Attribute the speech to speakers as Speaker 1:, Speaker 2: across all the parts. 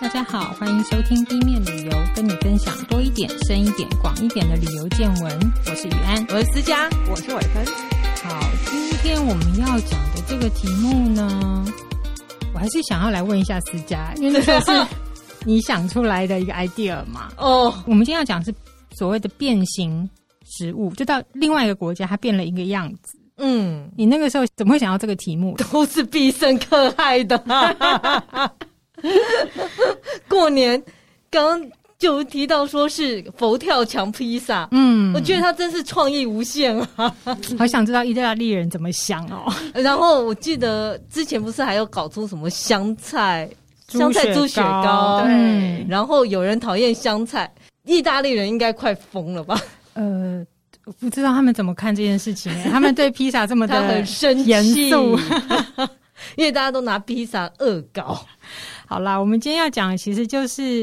Speaker 1: 大家好，欢迎收听地面旅游，跟你分享多一点、深一点、广一点的旅游见闻。我是雨安，
Speaker 2: 我是思佳，我是伟芬。
Speaker 1: 好，今天我们要讲的这个题目呢，我还是想要来问一下思佳，因为那时候 是你想出来的一个 idea 嘛。
Speaker 2: 哦，
Speaker 1: 我们今天要讲是所谓的变形食物，就到另外一个国家，它变了一个样子。
Speaker 2: 嗯，
Speaker 1: 你那个时候怎么会想到这个题目？
Speaker 2: 都是必胜客害的。 过年刚刚就提到说是佛跳墙披萨，
Speaker 1: 嗯，
Speaker 2: 我觉得他真是创意无限啊。
Speaker 1: 好想知道意大利人怎么想哦。
Speaker 2: 然后我记得之前不是还有搞出什么香菜，香菜猪血糕，
Speaker 3: 对
Speaker 1: 嗯
Speaker 2: 然后有人讨厌香菜，意大利人应该快疯了吧？
Speaker 1: 呃，我不知道他们怎么看这件事情、欸，他们对披萨这么
Speaker 2: 他
Speaker 1: 的
Speaker 2: 很生气，
Speaker 1: 严肃。
Speaker 2: 因为大家都拿披萨恶搞。
Speaker 1: 好啦，我们今天要讲，的其实就是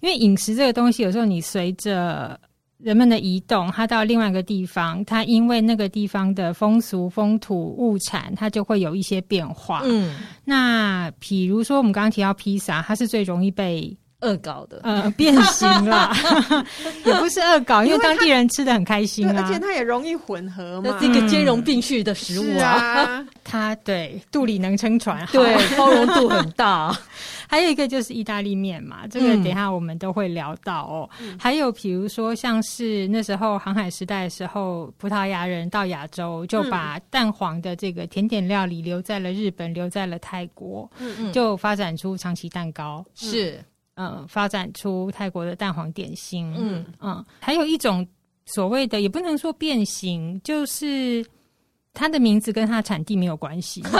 Speaker 1: 因为饮食这个东西，有时候你随着人们的移动，它到另外一个地方，它因为那个地方的风俗、风土、物产，它就会有一些变化。
Speaker 2: 嗯，
Speaker 1: 那比如说我们刚刚提到披萨，它是最容易被
Speaker 2: 恶搞的。
Speaker 1: 呃变形啦，也不是恶搞，因为
Speaker 3: 因为它
Speaker 1: 当地人吃的很开心
Speaker 3: 对，
Speaker 1: 啊，
Speaker 3: 而且它也容易混合
Speaker 2: 那
Speaker 3: 嘛
Speaker 2: 是，一个兼容并蓄的食
Speaker 1: 嗯
Speaker 2: 物
Speaker 3: 是
Speaker 2: 啊，
Speaker 3: 啊，
Speaker 1: 它对肚里能撑船，好
Speaker 2: 对，包容度很 大。
Speaker 1: 还有一个就是意大利面嘛，这个
Speaker 2: 嗯
Speaker 1: 等一下我们都会聊到哦。还有比如说像是那时候航海时代的时候，葡萄牙人到亚洲就把蛋黄的这个甜点料理留在了日本，留在了泰国，
Speaker 3: 嗯
Speaker 2: 嗯
Speaker 1: 就发展出长崎蛋糕，
Speaker 2: 是，
Speaker 1: 嗯，发展出泰国的蛋黄点心，嗯
Speaker 2: 嗯
Speaker 1: 嗯，还有一种所谓的也不能说变形，就是它的名字跟它的产地没有关系。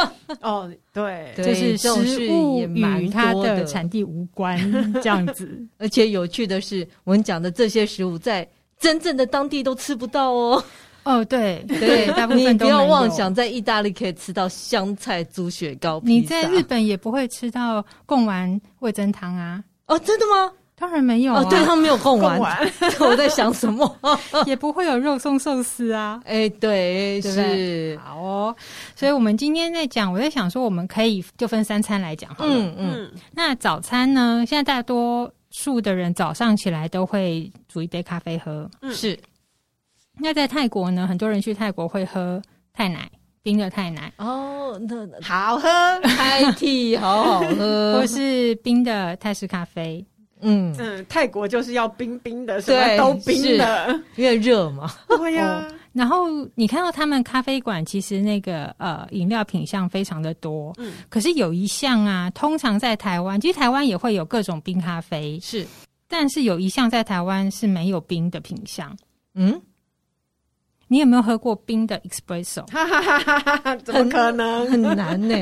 Speaker 3: 哦，对，
Speaker 2: 对
Speaker 1: 就是
Speaker 2: 这种
Speaker 1: 食
Speaker 2: 事
Speaker 1: 物
Speaker 2: 也蛮
Speaker 1: 与它
Speaker 2: 多
Speaker 1: 的
Speaker 2: 的
Speaker 1: 产地无关，这样子。
Speaker 2: 而且有趣的是，我们讲的这些食物在真正的当地都吃不到 哦。
Speaker 1: 哦， 对
Speaker 2: 对，
Speaker 1: 大部分
Speaker 2: 你
Speaker 1: 都
Speaker 2: 不要
Speaker 1: 没有
Speaker 2: 妄想。在意大利可以吃到香菜猪血糕披
Speaker 1: 你
Speaker 2: 萨。
Speaker 1: 在日本也不会吃到贡丸味增汤啊，
Speaker 2: 哦，真的吗？
Speaker 1: 当然没有啊，
Speaker 2: 哦，对啊他们没有供
Speaker 3: 贡
Speaker 2: 完，
Speaker 3: 丸
Speaker 2: 我在想什么？
Speaker 1: 也不会有肉松寿司啊。
Speaker 2: 哎，对，
Speaker 1: 对不对
Speaker 2: 是，
Speaker 1: 好哦，所以我们今天在讲，我在想说，我们可以就分三餐来讲好了。
Speaker 2: 嗯嗯，
Speaker 3: 嗯，
Speaker 1: 那早餐呢？现在大多数的人早上起来都会煮一杯咖啡喝。
Speaker 3: 嗯
Speaker 2: 是，
Speaker 1: 那在泰国呢，很多人去泰国会喝泰奶，冰的泰奶。
Speaker 2: 哦，那那
Speaker 3: 好喝，
Speaker 2: 开替好好喝
Speaker 3: 呃
Speaker 1: 或，是冰的泰式咖啡。
Speaker 2: 嗯，
Speaker 3: 嗯，泰国就是要冰冰的，什
Speaker 2: 对
Speaker 3: 么都冰的，
Speaker 2: 因为热嘛，
Speaker 3: 对呀，
Speaker 1: 然后你看到他们咖啡馆，其实那个呃饮料品相非常的多，
Speaker 3: 嗯
Speaker 1: 可是有一项啊，通常在台湾，其实台湾也会有各种冰咖啡，
Speaker 2: 是，
Speaker 1: 但是有一项在台湾是没有冰的品相。
Speaker 2: 嗯，
Speaker 1: 你有没有喝过冰的 espresso？
Speaker 3: 哈哈哈哈哈哈， 怎么可能？
Speaker 2: 哦很难呢、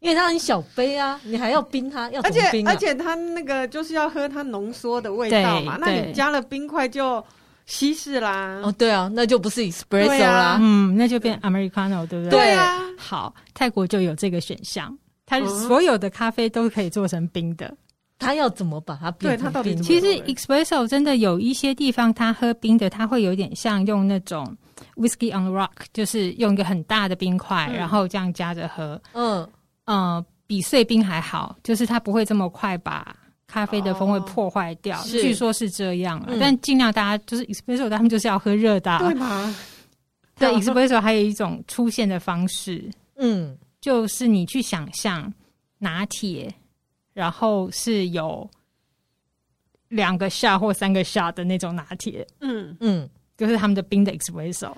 Speaker 2: 因为它很小杯啊，你还要冰它，要
Speaker 3: 而
Speaker 2: 怎
Speaker 3: 且
Speaker 2: 么冰啊？
Speaker 3: 而且它那个就是要喝它浓缩的味道嘛，那
Speaker 1: 对
Speaker 3: 你加了冰块就稀释啦
Speaker 2: 哦，，对啊，那就不是 espresso
Speaker 3: 对啊
Speaker 2: 啦，
Speaker 1: 嗯，那就变 americano，对不对？
Speaker 3: 对啊，
Speaker 1: 好，泰国就有这个选项，它
Speaker 3: 嗯
Speaker 1: 所有的咖啡都可以做成冰的。
Speaker 2: 它要怎么把它变
Speaker 3: 对它到底
Speaker 2: 冰
Speaker 3: 怎么
Speaker 1: 其实
Speaker 3: 对
Speaker 1: espresso 真的有一些地方，它喝冰的，它会有点像用那种 whiskey on rock，就是用一个很大的冰块，
Speaker 3: 嗯
Speaker 1: 然后这样加着喝。
Speaker 2: 嗯，
Speaker 1: 呃，比碎冰还好，就是它不会这么快把咖啡的风味
Speaker 3: 哦
Speaker 1: 破坏掉。
Speaker 2: 是
Speaker 1: 据说是这样啊，
Speaker 2: 嗯
Speaker 1: 但尽量大家就是 espresso，他们就是要喝热的啊、
Speaker 3: 对嘛？
Speaker 1: 对 espresso 还有一种出现的方式，
Speaker 2: 嗯，
Speaker 1: 就是你去想象拿铁，然后是有两个下或三个下的那种拿铁，
Speaker 3: 嗯，
Speaker 2: 嗯，
Speaker 1: 就是他们的冰的 espresso。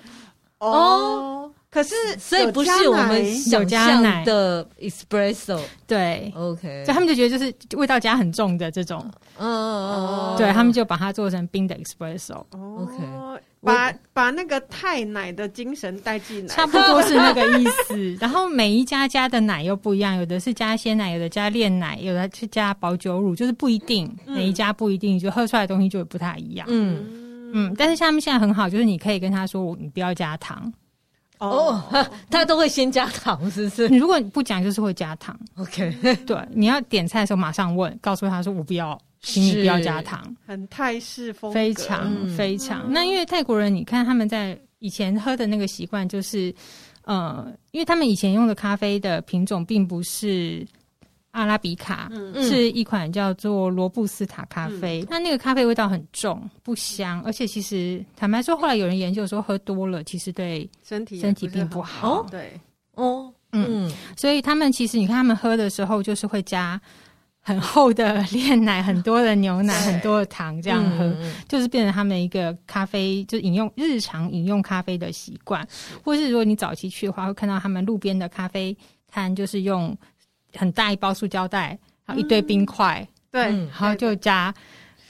Speaker 3: 哦，可是
Speaker 2: 所以不是我们
Speaker 1: 有
Speaker 2: 想
Speaker 1: 加奶
Speaker 2: 象的 espresso。
Speaker 1: 对，
Speaker 2: OK，
Speaker 1: 所以他们就觉得就是味道加很重的这种，
Speaker 2: 嗯嗯嗯，
Speaker 1: 对他们就把它做成冰的 espresso，
Speaker 3: 哦
Speaker 2: OK
Speaker 3: 把把那个太奶的精神带进来，
Speaker 1: 差不多是那个意思。然后每一家加的奶又不一样，有的是加鲜奶，有的加炼奶，有的是加保酒乳，就是不一定，
Speaker 3: 嗯
Speaker 1: 每一家不一定，就喝出来的东西就不太一样。
Speaker 2: 嗯，
Speaker 3: 嗯
Speaker 1: 嗯，但是他们现在很好，就是你可以跟他说，我你不要加糖。
Speaker 3: 嗯
Speaker 2: 哦，他都会先加糖，是不 是
Speaker 1: 你如果你不讲，就是会加糖。
Speaker 2: ？OK，
Speaker 1: 对，你要点菜的时候马上问，告诉他说我不要，请你不要加糖，
Speaker 3: 很泰式风格，
Speaker 1: 非常、
Speaker 2: 嗯
Speaker 1: 非常。
Speaker 3: 嗯
Speaker 1: 那因为泰国人，你看他们在以前喝的那个习惯就是，呃，因为他们以前用的咖啡的品种并不是阿拉比卡，
Speaker 3: 嗯，
Speaker 2: 嗯
Speaker 1: 是一款叫做罗布斯塔咖啡。那那个咖啡味道很重，不香，而且其实坦白说，后来有人研究说，喝多了其实对
Speaker 3: 身体也
Speaker 1: 身体
Speaker 3: 不是
Speaker 1: 并
Speaker 3: 很
Speaker 1: 不
Speaker 3: 好，
Speaker 1: 好。
Speaker 2: 哦
Speaker 3: 对，
Speaker 2: 哦，
Speaker 1: 嗯
Speaker 2: 嗯，
Speaker 1: 所以他们其实你看，他们喝的时候就是会加很厚的炼奶、很多的牛奶、
Speaker 3: 对
Speaker 1: 很多的糖这
Speaker 2: 这
Speaker 1: 样喝。
Speaker 3: 嗯
Speaker 1: 就是变成他们一个咖啡，就是饮用日常饮用咖啡的习惯，或是如果你早期去的话，会看到他们路边的咖啡摊，就是用很大一包塑胶袋，然后一堆冰块，
Speaker 3: 对，
Speaker 2: 嗯
Speaker 1: 然后就加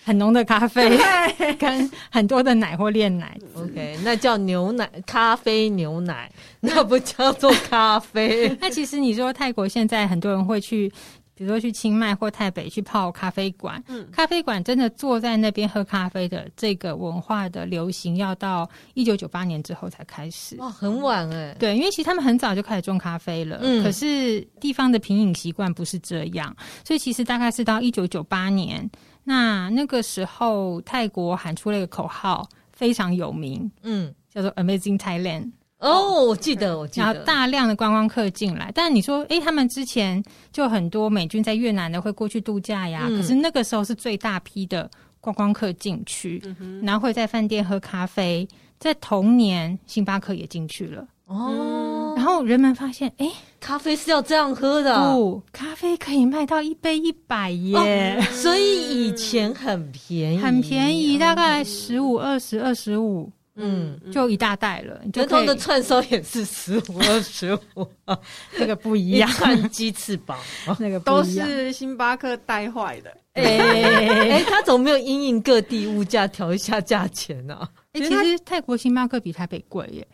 Speaker 1: 很浓的咖啡， 跟很多的奶或炼奶。
Speaker 2: OK，那叫牛奶咖啡牛奶，那不叫做咖 啡
Speaker 1: 那其实你说泰国现在很多人会去，比如说去清迈或泰北去泡咖啡馆，
Speaker 3: 嗯，
Speaker 1: 咖啡馆真的坐在那边喝咖啡的这个文化的流行，要到一九九八年之后才开始。
Speaker 2: 哇，很晚哎、
Speaker 1: 对，因为其实他们很早就开始种咖啡了，
Speaker 2: 嗯
Speaker 1: 可是地方的品饮习惯不是这样，所以其实大概是到一九九八年，那那个时候泰国喊出了一个口号，非常有名，
Speaker 2: 嗯，
Speaker 1: 叫做 Amazing Thailand，
Speaker 2: 哦，我记得，我记
Speaker 1: 然后
Speaker 2: 得，
Speaker 1: 大量的观光客进来。但你说，诶，他们之前就很多美军在越南的会过去度假呀，
Speaker 2: 嗯
Speaker 1: 可是那个时候是最大批的观光客进去，
Speaker 3: 嗯
Speaker 2: 嗯
Speaker 1: 然后会在饭店喝咖啡。在同年，星巴克也进去了，
Speaker 2: 哦，
Speaker 1: 然后人们发现，诶。
Speaker 2: 咖啡是要这样喝的，
Speaker 1: 不，咖啡可以卖到一杯一百耶，
Speaker 2: 所以以前很哦便宜，哦
Speaker 1: 很便宜，大概十五、二十、二十五
Speaker 2: 嗯，
Speaker 1: 就一大袋了，你就
Speaker 2: 人
Speaker 1: 可
Speaker 2: 头
Speaker 1: 以
Speaker 2: 的串烧也是十五二十 五，
Speaker 1: 那个不一
Speaker 2: 一
Speaker 1: 样，
Speaker 2: 串鸡翅膀。
Speaker 1: 那个
Speaker 3: 都
Speaker 1: 不一样。
Speaker 3: 是星巴克带坏的。
Speaker 2: 哎 哎，他怎么没有因应各地物价调一下价钱啊呢、
Speaker 1: 诶其实泰国星巴克比台北贵耶，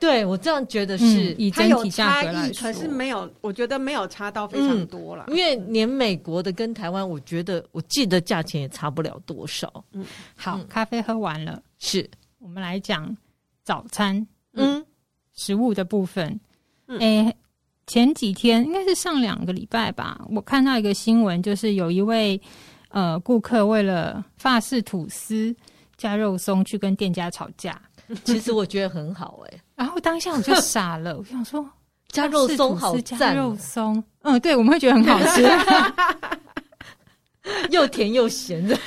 Speaker 2: 对我这样觉得是
Speaker 1: 嗯，以
Speaker 3: 它
Speaker 1: 整
Speaker 3: 有
Speaker 1: 体价
Speaker 3: 差
Speaker 1: 格来
Speaker 3: 异，
Speaker 1: 说
Speaker 3: 可，是没有，我觉得没有差到非常多啦。
Speaker 2: 因为连美国的跟台湾，我觉得我记得价钱也差不了多少。
Speaker 1: 好
Speaker 2: 嗯，
Speaker 1: 咖啡喝完了，
Speaker 2: 是，
Speaker 1: 我们来讲早餐
Speaker 2: 嗯
Speaker 1: 食物的部分。
Speaker 3: 嗯
Speaker 1: 诶、前几天应该是上两个礼拜吧，我看到一个新闻，就是有一位呃顾客为了法式吐司加肉松去跟店家吵架，
Speaker 2: 其实我觉得很好哎、
Speaker 1: 然后当下我就傻了，我想说
Speaker 2: 加肉松
Speaker 1: 法
Speaker 2: 好
Speaker 1: 式吐司加
Speaker 2: 赞哦、
Speaker 1: 肉松，嗯，对，我们会觉得很好 吃。
Speaker 2: 又甜又咸 的。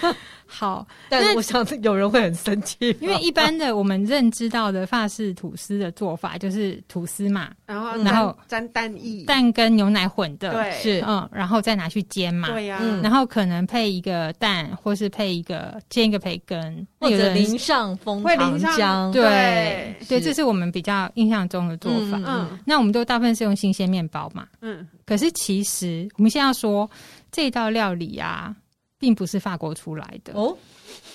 Speaker 1: 好，
Speaker 2: 但
Speaker 1: 那
Speaker 2: 我想有人会很生气吧，
Speaker 1: 因 为一般的我们认知到的法式吐司的做法就是吐司嘛，
Speaker 3: 然后
Speaker 2: 嗯
Speaker 3: 沾
Speaker 1: 然后
Speaker 3: 沾蛋液，
Speaker 1: 蛋跟牛奶混的，
Speaker 3: 对
Speaker 2: 是
Speaker 1: 嗯，然后再拿去煎嘛，
Speaker 3: 对呀，
Speaker 2: 嗯
Speaker 1: 然后可能配一个蛋，或是配一个煎一个培根，那
Speaker 2: 或
Speaker 1: 有
Speaker 2: 者
Speaker 1: 的人
Speaker 2: 淋上枫
Speaker 3: 会
Speaker 2: 糖
Speaker 3: 淋上
Speaker 2: 浆，
Speaker 1: 对
Speaker 2: 是
Speaker 1: 对，这是我们比较印象中的做法。
Speaker 3: 嗯
Speaker 1: 那我们都大部分是用新鲜面包嘛，
Speaker 3: 嗯，
Speaker 1: 可是其实我们现在要说这道料理啊，并不是法国出来的，
Speaker 2: 哦，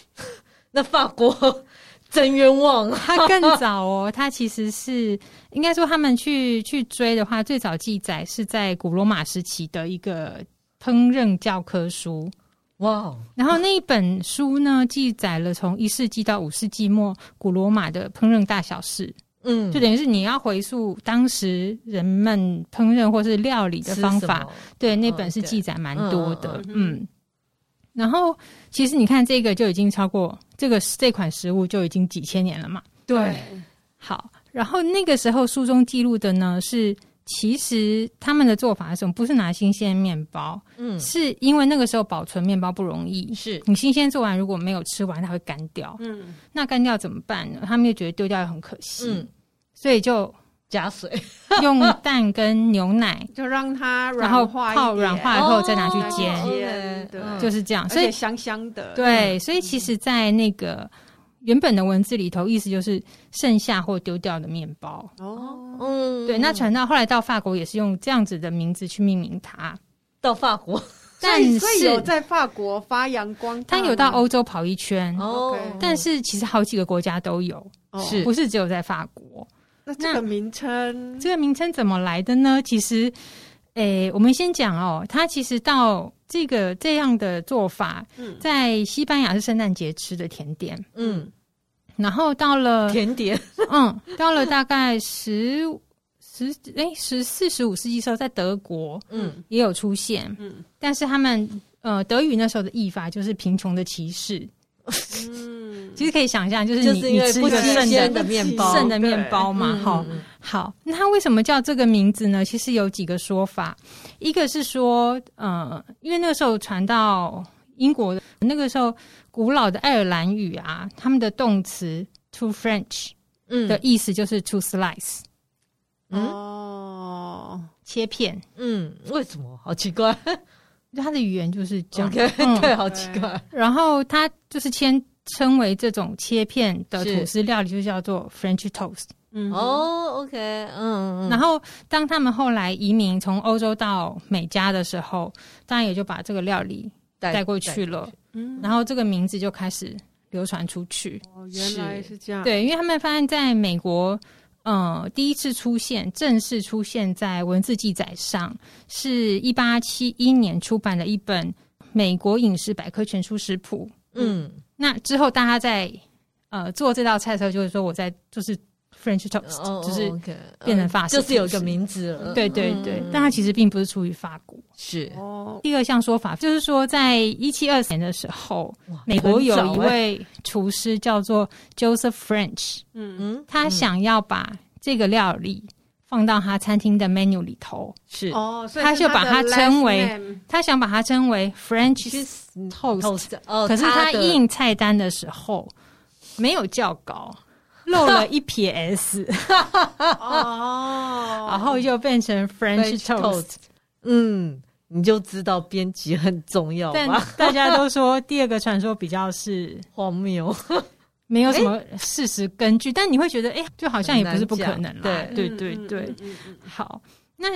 Speaker 2: 那法国 真冤枉啊！
Speaker 1: 它更早哦， 它其实是应该说他们去去追的话，最早记载是在古罗马时期的一个烹饪教科书。
Speaker 2: 哇，
Speaker 1: 然后那一本书呢，记载了从一世纪到五世纪末古罗马的烹饪大小事，
Speaker 2: 嗯，
Speaker 1: 就等于是你要回溯当时人们烹饪或是料理的方法。对，那本是记载蛮多的
Speaker 3: 嗯，对
Speaker 1: 嗯。然后其实你看这个就已经超过这个这款食物就已经几千年了嘛。
Speaker 2: 对，
Speaker 1: 好，然后那个时候书中记录的呢是。其实他们的做法是什么？不是拿新鲜面包，
Speaker 2: 嗯
Speaker 1: 是因为那个时候保存面包不容易，
Speaker 2: 是
Speaker 1: 你新鲜做完如果没有吃完，它会干掉。
Speaker 3: 嗯，
Speaker 1: 那干掉怎么办呢？他们又觉得丢掉也很可惜，
Speaker 2: 嗯
Speaker 1: 所以 就
Speaker 2: 加水
Speaker 1: 用蛋跟牛奶，
Speaker 3: 就让它
Speaker 1: 然后
Speaker 3: 软化一
Speaker 1: 泡
Speaker 3: 点
Speaker 1: 软 化以后再拿去
Speaker 2: 哦
Speaker 1: 煎，
Speaker 2: OK，
Speaker 3: 煎对
Speaker 2: 嗯
Speaker 1: 就是这样。
Speaker 3: 而
Speaker 1: 所以
Speaker 3: 且嗯香香的，
Speaker 1: 对，所以其实，在那个原本的文字里头，意思就是剩下或丢掉的面包。
Speaker 3: 哦，
Speaker 2: 嗯
Speaker 1: 对，那传到后来到法国也是用这样子的名字去命名它，
Speaker 2: 到法国
Speaker 1: 但
Speaker 3: 所以所以有
Speaker 1: 是
Speaker 3: 在法国发扬光大
Speaker 1: 它
Speaker 3: 吗，
Speaker 1: 有到欧洲跑一圈，
Speaker 2: 哦
Speaker 3: OK，
Speaker 1: 但是其实好几个国家都有，
Speaker 3: 哦
Speaker 2: 是
Speaker 1: 不是只有在法国。
Speaker 3: 那这个名称，
Speaker 1: 这个名称怎么来的呢？其实，诶、我们先讲哦，它其实到这个这样的做法，
Speaker 3: 嗯
Speaker 1: 在西班牙是圣诞节吃的甜点，
Speaker 2: 嗯
Speaker 1: 然后到了
Speaker 2: 甜点
Speaker 1: 嗯，到了大概十十诶十四十五世纪时候，在德国
Speaker 2: 嗯
Speaker 1: 也有出现，
Speaker 3: 嗯
Speaker 1: 但是他们呃德语那时候的译法就是贫穷的骑士，
Speaker 3: 嗯嗯
Speaker 1: 其实可以想象，就是
Speaker 2: 就
Speaker 1: 你
Speaker 2: 是因为
Speaker 1: 你吃
Speaker 2: 不
Speaker 1: 一个
Speaker 2: 新
Speaker 1: 剩
Speaker 2: 鲜
Speaker 1: 的
Speaker 2: 的面包，
Speaker 1: 剩的面包嘛，
Speaker 2: 嗯
Speaker 1: 哈、
Speaker 2: 嗯
Speaker 1: 好，那它为什么叫这个名字呢？其实有几个说法，一个是说，呃，因为那个时候传到英国的那个时候，古老的爱尔兰语啊，他们的动词 to French
Speaker 2: 嗯
Speaker 1: 的意思就是 to slice，、
Speaker 2: 嗯
Speaker 3: 哦，
Speaker 1: 切片，
Speaker 2: 嗯，为什么？好奇怪
Speaker 1: 就它的语言就是这样。
Speaker 2: ，OK，
Speaker 1: 嗯
Speaker 2: 对，好奇怪，
Speaker 1: 然后它就是先称为这种切片的
Speaker 2: 是
Speaker 1: 吐司料理，就叫做 French toast。
Speaker 3: 嗯，
Speaker 2: 哦，OK，嗯嗯，
Speaker 1: 然后，当他们后来移民从欧洲到美加的时候，当然也就把这个料理带过去了，
Speaker 3: 嗯，
Speaker 1: 然后这个名字就开始流传出去。
Speaker 3: 哦，原来是
Speaker 2: 啊
Speaker 3: 这样，，
Speaker 1: 对，因为他们发现在美国，呃，第一次出现正式出现在文字记载上，是一八七一年出版的一本《美国饮食百科全书食谱》。
Speaker 2: 嗯，
Speaker 1: 那之后，大家在呃做这道菜的时候，就会说我在就是 French toast，、
Speaker 2: 哦，
Speaker 1: 就是
Speaker 2: 哦，OK，
Speaker 1: 变成
Speaker 2: 嗯
Speaker 1: 法式
Speaker 2: 就是有一
Speaker 1: 吐司
Speaker 2: 个名字了，
Speaker 1: 对对对，
Speaker 2: 嗯
Speaker 1: 但它其实并不是出于法国。
Speaker 2: 是
Speaker 3: 哦，
Speaker 1: 第二项说法就是说，在一七二年的时候，
Speaker 2: 哇
Speaker 1: 美国有
Speaker 2: 很早
Speaker 1: 一
Speaker 2: 欸
Speaker 1: 位厨师叫做 Joseph French，
Speaker 3: 嗯，
Speaker 2: 嗯，
Speaker 1: 他想要把这个料理放到他餐厅的 menu 里头，
Speaker 2: 是
Speaker 3: 哦，所以
Speaker 1: 他
Speaker 3: 是
Speaker 1: 就把它
Speaker 3: 它的
Speaker 1: 称
Speaker 3: last
Speaker 1: 为
Speaker 3: name
Speaker 1: 他想把它称为 French
Speaker 2: 去
Speaker 1: toast，
Speaker 2: toast，哦，
Speaker 1: 可是他
Speaker 2: 的
Speaker 1: 印菜单的时候没有较高，漏了一撇 s，
Speaker 3: 哦，
Speaker 1: 然后就变成 French
Speaker 2: French
Speaker 1: toast。
Speaker 2: toast 嗯，你就知道编辑很重要
Speaker 1: 但
Speaker 2: 吧？
Speaker 1: 大家都说第二个传说比较是
Speaker 2: 荒谬，
Speaker 1: 没有什么事实根据，但你会觉得，哎、就好像也不是不可能啦。
Speaker 2: 很难讲
Speaker 1: 对
Speaker 3: 嗯
Speaker 1: 对
Speaker 3: 嗯
Speaker 1: 对，
Speaker 3: 嗯嗯嗯
Speaker 1: 好，那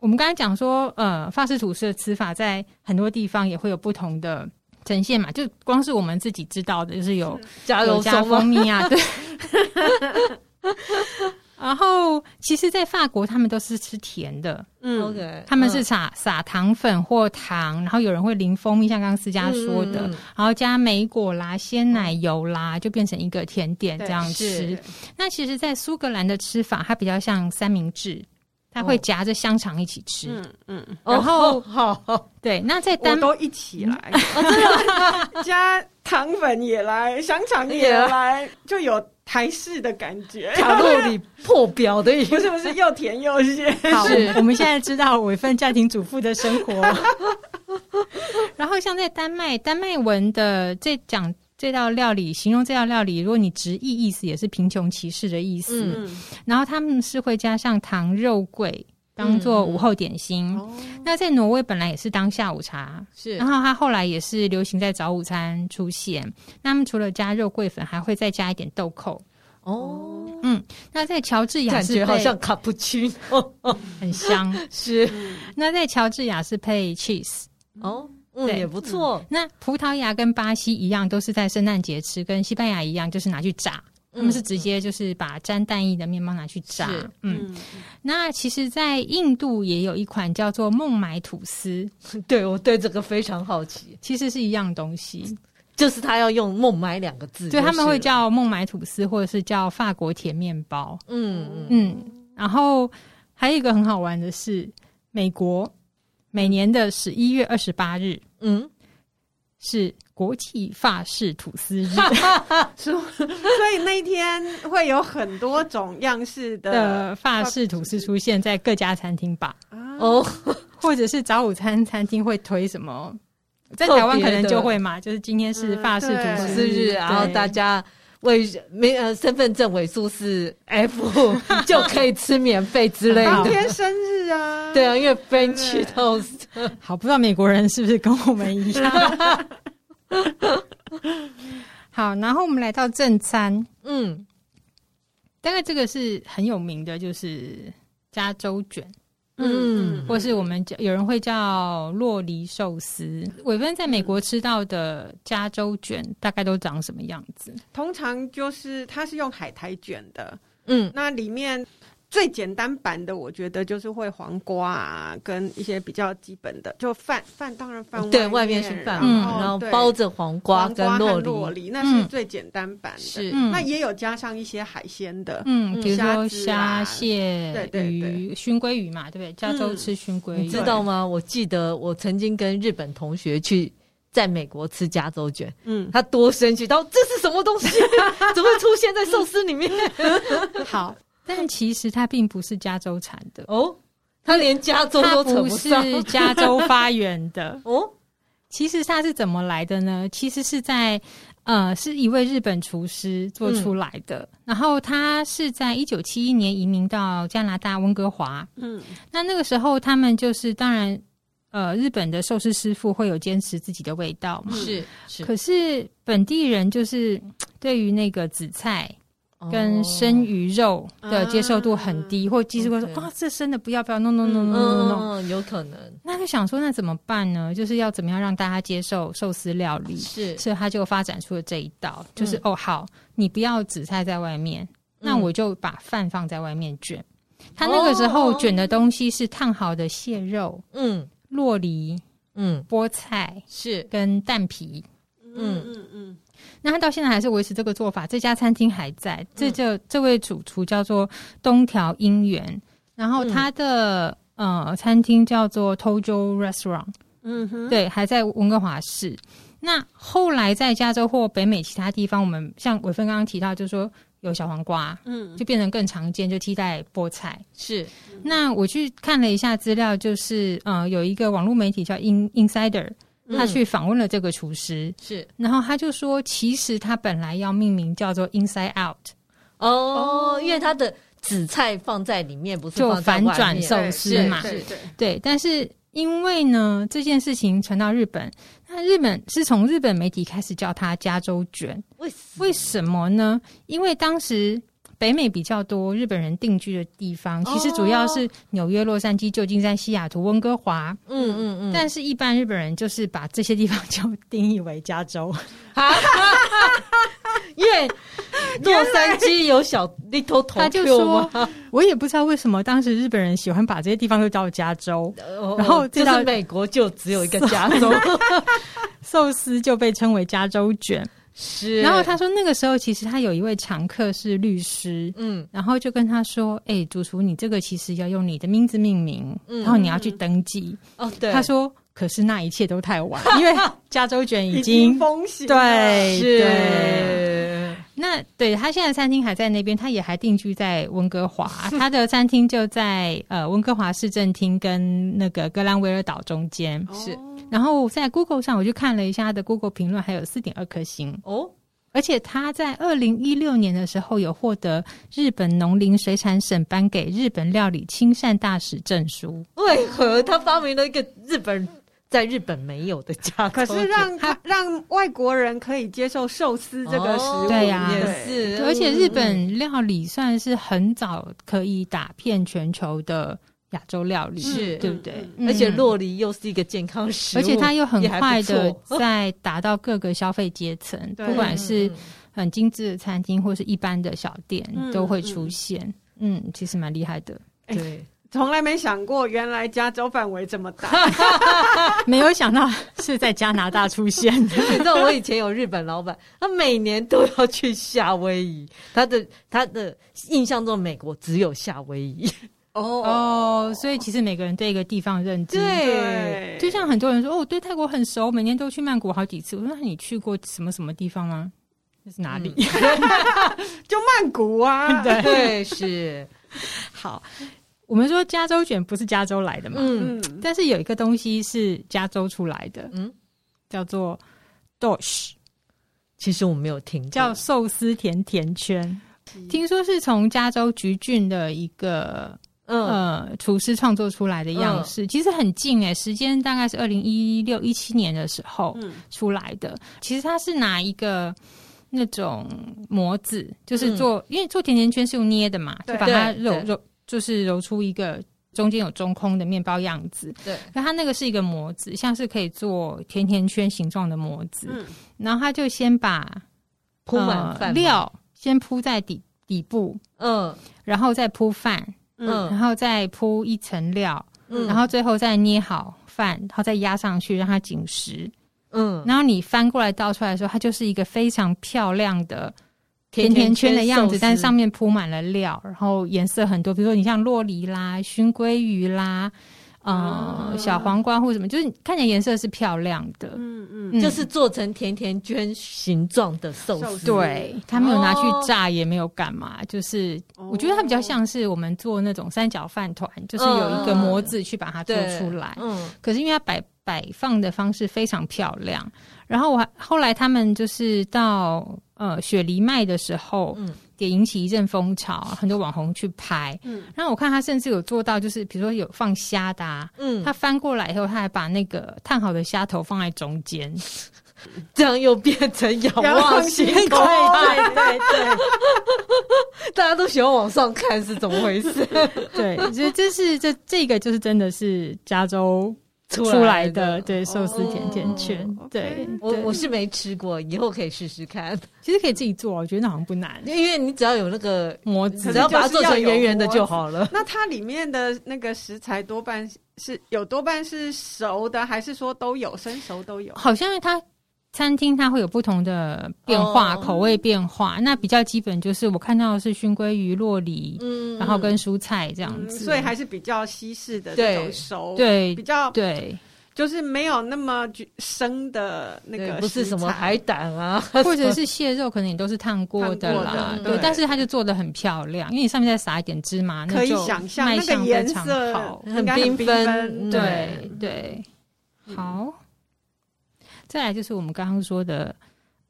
Speaker 1: 我们刚才讲说，呃，法式吐司的吃法在很多地方也会有不同的呈现嘛，就光是我们自己知道的，就是有
Speaker 2: 加
Speaker 1: 有
Speaker 2: 油
Speaker 1: 加
Speaker 2: 松
Speaker 1: 蜂
Speaker 2: 吗？
Speaker 1: 蜜啊，对。 然后，其实，在法国他们都是吃甜的，
Speaker 3: 嗯
Speaker 2: OK，
Speaker 1: 他们是
Speaker 2: 嗯
Speaker 1: 撒撒糖粉或糖，然后有人会淋蜂蜜，像刚刚思佳说的，
Speaker 2: 嗯嗯嗯
Speaker 1: 然后加莓果啦、鲜奶油啦，就变成一个甜点这样
Speaker 2: 是
Speaker 1: 吃。那其实，在苏格兰的吃法，它比较像三明治，它会
Speaker 2: 哦
Speaker 1: 夹着香肠一起吃。
Speaker 3: 嗯嗯，嗯
Speaker 1: 然后
Speaker 2: 哦好好
Speaker 1: 对，那在
Speaker 3: 我
Speaker 1: 丹
Speaker 3: 都一起来，
Speaker 1: 嗯
Speaker 3: 加糖粉也来，香肠也来， 就有台式的感 觉，
Speaker 2: 卡路里破表的一
Speaker 3: 不
Speaker 2: 个，
Speaker 3: 是不是又甜又鲜，
Speaker 1: 好
Speaker 2: 是，
Speaker 1: 我们现在知道我一份家庭主妇的生活。 然后像在丹麦，丹麦文的这讲这道料理，形容这道料理，如果你直译意思，也是贫穷歧视的意思。
Speaker 2: 嗯
Speaker 3: 嗯，
Speaker 1: 然后他们是会加上糖肉桂当做午后点心。
Speaker 3: 嗯哦，
Speaker 1: 那在挪威本来也是当下午茶，
Speaker 2: 是
Speaker 1: 然后它后来也是流行在早午餐出现。那么除了加肉桂粉，还会再加一点豆蔻。
Speaker 2: 哦，
Speaker 1: 那在乔治亚
Speaker 2: 感
Speaker 1: 是
Speaker 2: 觉好
Speaker 1: 配
Speaker 2: 像卡布奇诺，
Speaker 1: 很香。
Speaker 2: 是
Speaker 1: 那在乔治亚是配 cheese。
Speaker 2: 哦，嗯，
Speaker 1: 对
Speaker 2: 也不错，
Speaker 1: 那葡萄牙跟巴西一样，都是在圣诞节吃，跟西班牙一样，就是拿去炸。他们是直接就是把沾蛋液的面包拿去炸
Speaker 2: 嗯是。
Speaker 1: 嗯，
Speaker 3: 嗯
Speaker 1: 那其实，在印度也有一款叫做孟买吐司，
Speaker 2: 嗯对我对这个非常好奇，
Speaker 1: 其实是一样东西。
Speaker 2: 就是他要用“孟买”两个字，
Speaker 1: 对，他们会
Speaker 2: 叫，
Speaker 1: 叫孟买吐司，或者是叫法国甜面包。
Speaker 2: 嗯嗯，
Speaker 1: 嗯，然后还有一个很好玩的是，美国每年的十一月二十八日
Speaker 2: 嗯，
Speaker 1: 是国际法式吐司日
Speaker 3: 所以那天会有很多种样式的
Speaker 1: 的呃法式吐司出现在各家餐厅吧，
Speaker 3: 啊
Speaker 2: 哦，
Speaker 1: 或者是早午餐餐厅会推什么。在台湾可能就会嘛，就是今天是法式吐
Speaker 2: 十
Speaker 1: 司
Speaker 2: 四
Speaker 1: 日，嗯
Speaker 2: 日，
Speaker 1: 对
Speaker 2: 然后大家为没呃身份证尾数是 F 就可以吃免费之类
Speaker 3: 当
Speaker 2: 的。
Speaker 3: 天生日啊，
Speaker 2: 对啊，因为 French toast
Speaker 1: 好，不知道美国人是不是跟我们一样。 好，然后我们来到正餐，
Speaker 2: 嗯，
Speaker 1: 大概这个是很有名的，就是加州卷。
Speaker 2: 嗯
Speaker 1: 或是我们叫有人会叫洛梨寿司。伟芬在美国吃到的加州卷大概都长什么样子？
Speaker 3: 通常就是它是用海苔卷的，
Speaker 2: 嗯
Speaker 3: 那里面最简单版的，我觉得就是会黄瓜啊，跟一些比较基本的，就饭饭当然饭
Speaker 2: 对，
Speaker 3: 外
Speaker 2: 外面是饭，
Speaker 1: 嗯
Speaker 2: 嘛，然后
Speaker 3: 对
Speaker 2: 包着黄瓜
Speaker 3: 黄
Speaker 2: 跟
Speaker 3: 瓜
Speaker 2: 洛
Speaker 3: 和
Speaker 2: 梨，嗯
Speaker 3: 梨，那是最简单版的。
Speaker 2: 是
Speaker 1: 嗯
Speaker 3: 那也有加上一些海鲜的，
Speaker 1: 嗯，比如说
Speaker 3: 虾子
Speaker 1: 虾、
Speaker 3: 啊
Speaker 1: 蟹、
Speaker 3: 对对嗯
Speaker 1: 鱼、熏鲑鱼嘛，对不对？加州吃熏鲑鱼，
Speaker 2: 你知道吗？我记得我曾经跟日本同学去在美国吃加州卷，
Speaker 3: 嗯，
Speaker 2: 他多生气，到这是什么 东西，怎么会出现在寿司里面？
Speaker 3: 好，
Speaker 1: 但其实它并不是加州产 的，
Speaker 2: 哦，他连加州
Speaker 1: 它
Speaker 2: 都扯
Speaker 1: 不
Speaker 2: 上。
Speaker 1: 是加州发源的
Speaker 2: 哦，
Speaker 1: 其实它是怎么来的呢？其实是在呃，是一位日本厨师做
Speaker 2: 嗯
Speaker 1: 出来的。然后他是在一九七一年移民到加拿大温哥华。
Speaker 3: 嗯
Speaker 1: 那那个时候，他们就是当然，呃，日本的寿司师傅会有坚持自己的味道嘛。
Speaker 2: 是是
Speaker 1: 可是本地人就是对于那个紫菜
Speaker 2: 哦
Speaker 1: 跟生
Speaker 2: 鱼
Speaker 1: 鱼肉的接受度很低，或技师会说
Speaker 2: 嗯对
Speaker 1: 啊，这生的不要不要，no no no no
Speaker 2: 嗯
Speaker 1: no no no。
Speaker 2: 嗯，有可能
Speaker 1: 那就想说，那怎么办呢？就是要怎么样让大家接受寿司料理？
Speaker 2: 是
Speaker 1: 所以他就发展出了这一道，就是、
Speaker 2: 嗯
Speaker 1: 哦，好，你不要紫菜在外面，那我就把饭放在外面卷。他那个时候
Speaker 2: 哦
Speaker 1: 卷的东西是烫好的蟹肉、
Speaker 2: 嗯
Speaker 1: 洛梨、
Speaker 2: 嗯
Speaker 1: 菠菜
Speaker 2: 是
Speaker 1: 跟蛋皮。
Speaker 3: 嗯嗯嗯，
Speaker 1: 那他到现在还是维持这个做法，这家餐厅还在。这就、这位主厨叫做东条英元，然后他的、呃餐厅叫做 Tojo Restaurant。
Speaker 3: 嗯哼，
Speaker 1: 对，还在温哥华市。那后来在加州或北美其他地方，我们像伟芬刚刚提到，就是说有小黄瓜，
Speaker 3: 嗯
Speaker 1: 就变成更常见，就替代菠菜。
Speaker 2: 是
Speaker 1: 那我去看了一下资料，就是呃，有一个网络媒体叫 In Insider，他
Speaker 3: 嗯
Speaker 1: 去访问了这个厨师，
Speaker 2: 是
Speaker 1: 然后他就说，其实他本来要命名叫做 Inside Out，
Speaker 2: 哦，因为它的紫菜放在里面，不是
Speaker 1: 就
Speaker 2: 放在
Speaker 1: 反
Speaker 2: 外
Speaker 1: 转
Speaker 2: 面
Speaker 1: 寿
Speaker 3: 对
Speaker 1: 司
Speaker 2: 是
Speaker 1: 嘛。
Speaker 3: 对对，
Speaker 1: 对，但是因为呢，这件事情传到日本，那日本是从日本媒体开始叫它加州卷。
Speaker 2: 为什
Speaker 1: 为什么呢？因为当时北美比较多日本人定居的地方，
Speaker 2: 哦
Speaker 1: 其实主要是纽约、洛杉矶、旧金山、西雅图、温哥华，
Speaker 2: 嗯嗯嗯，
Speaker 1: 但是一般日本人就是把这些地方就定义为加 州。
Speaker 2: 因为洛杉矶有小 Little
Speaker 1: 他就
Speaker 2: Tokyo
Speaker 1: 说
Speaker 2: 吗？，
Speaker 1: 我也不知道为什么当时日本人喜欢把这些地方都叫加 州，
Speaker 2: 哦
Speaker 1: 然后
Speaker 2: 就
Speaker 1: 这道
Speaker 2: 是美国就只有一个加州，
Speaker 1: 寿司就被称为加州卷。
Speaker 2: 是
Speaker 1: 然后他说，那个时候其实他有一位常客是律师，
Speaker 2: 嗯
Speaker 1: 然后就跟他说：“哎、主厨，你这个其实要用你的名字命名，
Speaker 2: 嗯
Speaker 1: 然后你要去登记。
Speaker 2: 哦对，
Speaker 1: 他说：“可是那一切都太晚， 因为加州卷已经
Speaker 3: 经风行了
Speaker 1: 对对。
Speaker 2: 是
Speaker 1: 那对他现在餐厅还在那边，他也还定居在温哥华。他的餐厅就在呃温哥华市政厅跟那个格兰维尔岛中间。
Speaker 2: 是
Speaker 3: 哦
Speaker 1: 然后在 Google 上，我就看了一下他的 Google 评论，还有四点二颗星。
Speaker 2: 哦
Speaker 1: 而且他在二零一六年的时候有获得日本农林水产省颁给日本料理亲善大使证书。
Speaker 2: 为何他发明了一个日本在日本没有的加州
Speaker 3: 可
Speaker 2: 卷？
Speaker 3: 是让他让外国人可以接受寿司这个食
Speaker 2: 哦
Speaker 3: 物，
Speaker 1: 对呀
Speaker 2: 也
Speaker 3: 对
Speaker 2: 是，
Speaker 1: 而且
Speaker 2: 嗯
Speaker 1: 日本料理算是很早可以打遍全球的亚洲料理，
Speaker 2: 是
Speaker 1: 对不对
Speaker 3: 嗯？
Speaker 1: 嗯
Speaker 2: 而且洛梨又是一个健康食物，
Speaker 1: 而且它又很
Speaker 2: 也还不
Speaker 1: 快的
Speaker 2: 错嗯
Speaker 1: 在达到各个消费阶层，
Speaker 3: 对
Speaker 1: 不管是很精致的餐厅或是一般的小店
Speaker 3: 嗯
Speaker 1: 都会出现。嗯，其实蛮厉害的，
Speaker 2: 嗯嗯 对
Speaker 3: 从来没想过原来加州范围这么大，
Speaker 1: 没有想到是在加拿大出 现的。
Speaker 2: 你知道我以前有日本老板，他每年都要去夏威夷，他的他的印象中美国只有夏威夷，
Speaker 1: 哦，所以其实每个人对一个地方认知，
Speaker 3: 对，
Speaker 1: 就像很多人说，哦，我对泰国很熟，每年都去曼谷好几次。我说，那你去过什么什么地方吗？那是哪里？
Speaker 3: 就曼谷啊，
Speaker 1: 对
Speaker 2: 对是，
Speaker 1: 好，我们说加州卷不是加州来的嘛，
Speaker 2: 嗯，
Speaker 3: 嗯，
Speaker 1: 但是有一个东西是加州出来的，
Speaker 2: 嗯
Speaker 1: 嗯，叫做 Dosh，
Speaker 2: 其实我没有听过
Speaker 1: 叫寿司甜甜圈。听说是从加州橘郡的一个
Speaker 2: 嗯
Speaker 1: 呃厨师创作出来的样式，其实很近诶、欸时间大概是二零一六一七年的时候
Speaker 3: 嗯
Speaker 1: 出来的。其实它是拿一个那种模子，就是做，因为做甜甜圈是用捏的嘛，就
Speaker 3: 对
Speaker 1: 把它
Speaker 2: 嗯对
Speaker 1: 揉
Speaker 2: 对
Speaker 1: 揉，就是揉出一个中间有中空的面包样子。
Speaker 2: 对
Speaker 1: 可它那个是一个模子，像是可以做甜甜圈形状的模子，
Speaker 3: 嗯
Speaker 1: 然后它就先把
Speaker 2: 铺满
Speaker 1: 呃
Speaker 2: 饭
Speaker 1: 料先铺在底底部，
Speaker 2: 嗯
Speaker 1: 然后再铺饭，
Speaker 2: 嗯
Speaker 1: 然后再铺一层料，
Speaker 2: 嗯
Speaker 1: 然后最后再捏好饭，然后再压上去让它紧实。
Speaker 2: 嗯
Speaker 1: 然后你翻过来倒出来的时候，它就是一个非常漂亮的甜
Speaker 2: 甜
Speaker 1: 甜圈的样
Speaker 2: 寿
Speaker 1: 子，
Speaker 2: 司
Speaker 1: 但是上面铺满了料，然后颜色很多，比如说你像洛梨啦、熏鲑鱼啦。呃
Speaker 2: 嗯
Speaker 3: 啊
Speaker 1: 小黄瓜或什么，就是看起来颜色是漂亮的。
Speaker 3: 嗯嗯，
Speaker 1: 嗯
Speaker 2: 就是做成甜甜圈形状的寿
Speaker 3: 寿
Speaker 2: 司。
Speaker 3: 司
Speaker 1: 对他没有拿去炸，也没有干嘛，就是我觉得它比
Speaker 2: 哦
Speaker 1: 较像是我们做那种三角饭团，就是有一
Speaker 2: 嗯
Speaker 1: 个模子去把它做
Speaker 2: 对
Speaker 1: 出来。
Speaker 2: 嗯，
Speaker 1: 可是因为它摆摆放的方式非常漂亮，然后我还后来他们就是到呃雪梨卖的时候，
Speaker 2: 嗯
Speaker 1: 也引起一阵风潮，很多网红去拍。
Speaker 3: 嗯
Speaker 1: 然后我看他甚至有做到，就是比如说有放虾的、啊，
Speaker 2: 嗯，
Speaker 1: 他
Speaker 2: 它
Speaker 1: 翻过来以后，他还把那个烫好的虾头放在中间，
Speaker 2: 这样又变成仰
Speaker 3: 仰
Speaker 2: 望
Speaker 3: 望
Speaker 2: 星
Speaker 3: 星
Speaker 2: 空，
Speaker 3: 空
Speaker 2: 对对对，大家都喜欢往上看是怎么回 事？
Speaker 1: 对，这这是这这个就是真的是加州
Speaker 2: 出
Speaker 1: 出来
Speaker 2: 的
Speaker 1: 的，对寿司甜甜圈，
Speaker 3: 哦
Speaker 1: 对
Speaker 3: OK，
Speaker 2: 我
Speaker 1: 对
Speaker 2: 我是没吃过，以后可以试试看，
Speaker 1: 其实可以自己做，我觉得那好像不难，
Speaker 2: 因为你只要有那个，
Speaker 1: 模
Speaker 2: 只
Speaker 1: 子
Speaker 2: 要把它做成圆圆的就好了。
Speaker 3: 那它里面的那个食材多半是有多半是熟的，还是说都有生熟都有？
Speaker 1: 好像它餐厅它会有不同的变化，
Speaker 2: 哦
Speaker 1: 口味变化。那比较基本就是我看到的是熏鲑鱼、洛梨，
Speaker 2: 嗯
Speaker 1: 然后跟蔬菜这样
Speaker 3: 嗯，
Speaker 1: 子，
Speaker 3: 所以还是比较西式的
Speaker 2: 对
Speaker 3: 这种熟，，
Speaker 1: 对
Speaker 3: 比较
Speaker 1: 对，
Speaker 3: 就是没有那么具生的那
Speaker 2: 对
Speaker 3: 个，
Speaker 2: 不是什么
Speaker 3: 食材
Speaker 2: 海胆啊，
Speaker 1: 或者是蟹肉可能也都是烫过的啦
Speaker 3: 烫，
Speaker 2: 过的
Speaker 1: 对
Speaker 2: 对，
Speaker 1: 但是它就做的很漂亮，因为你上面再撒一点芝麻，
Speaker 3: 可以
Speaker 1: 那就
Speaker 3: 想象
Speaker 1: 卖
Speaker 3: 那个
Speaker 1: 相
Speaker 3: 颜
Speaker 1: 非常
Speaker 3: 色
Speaker 1: 好，
Speaker 3: 应该
Speaker 2: 很缤
Speaker 3: 很缤
Speaker 2: 纷嗯
Speaker 3: 纷，
Speaker 1: 对对，好。再来就是我们刚刚说的，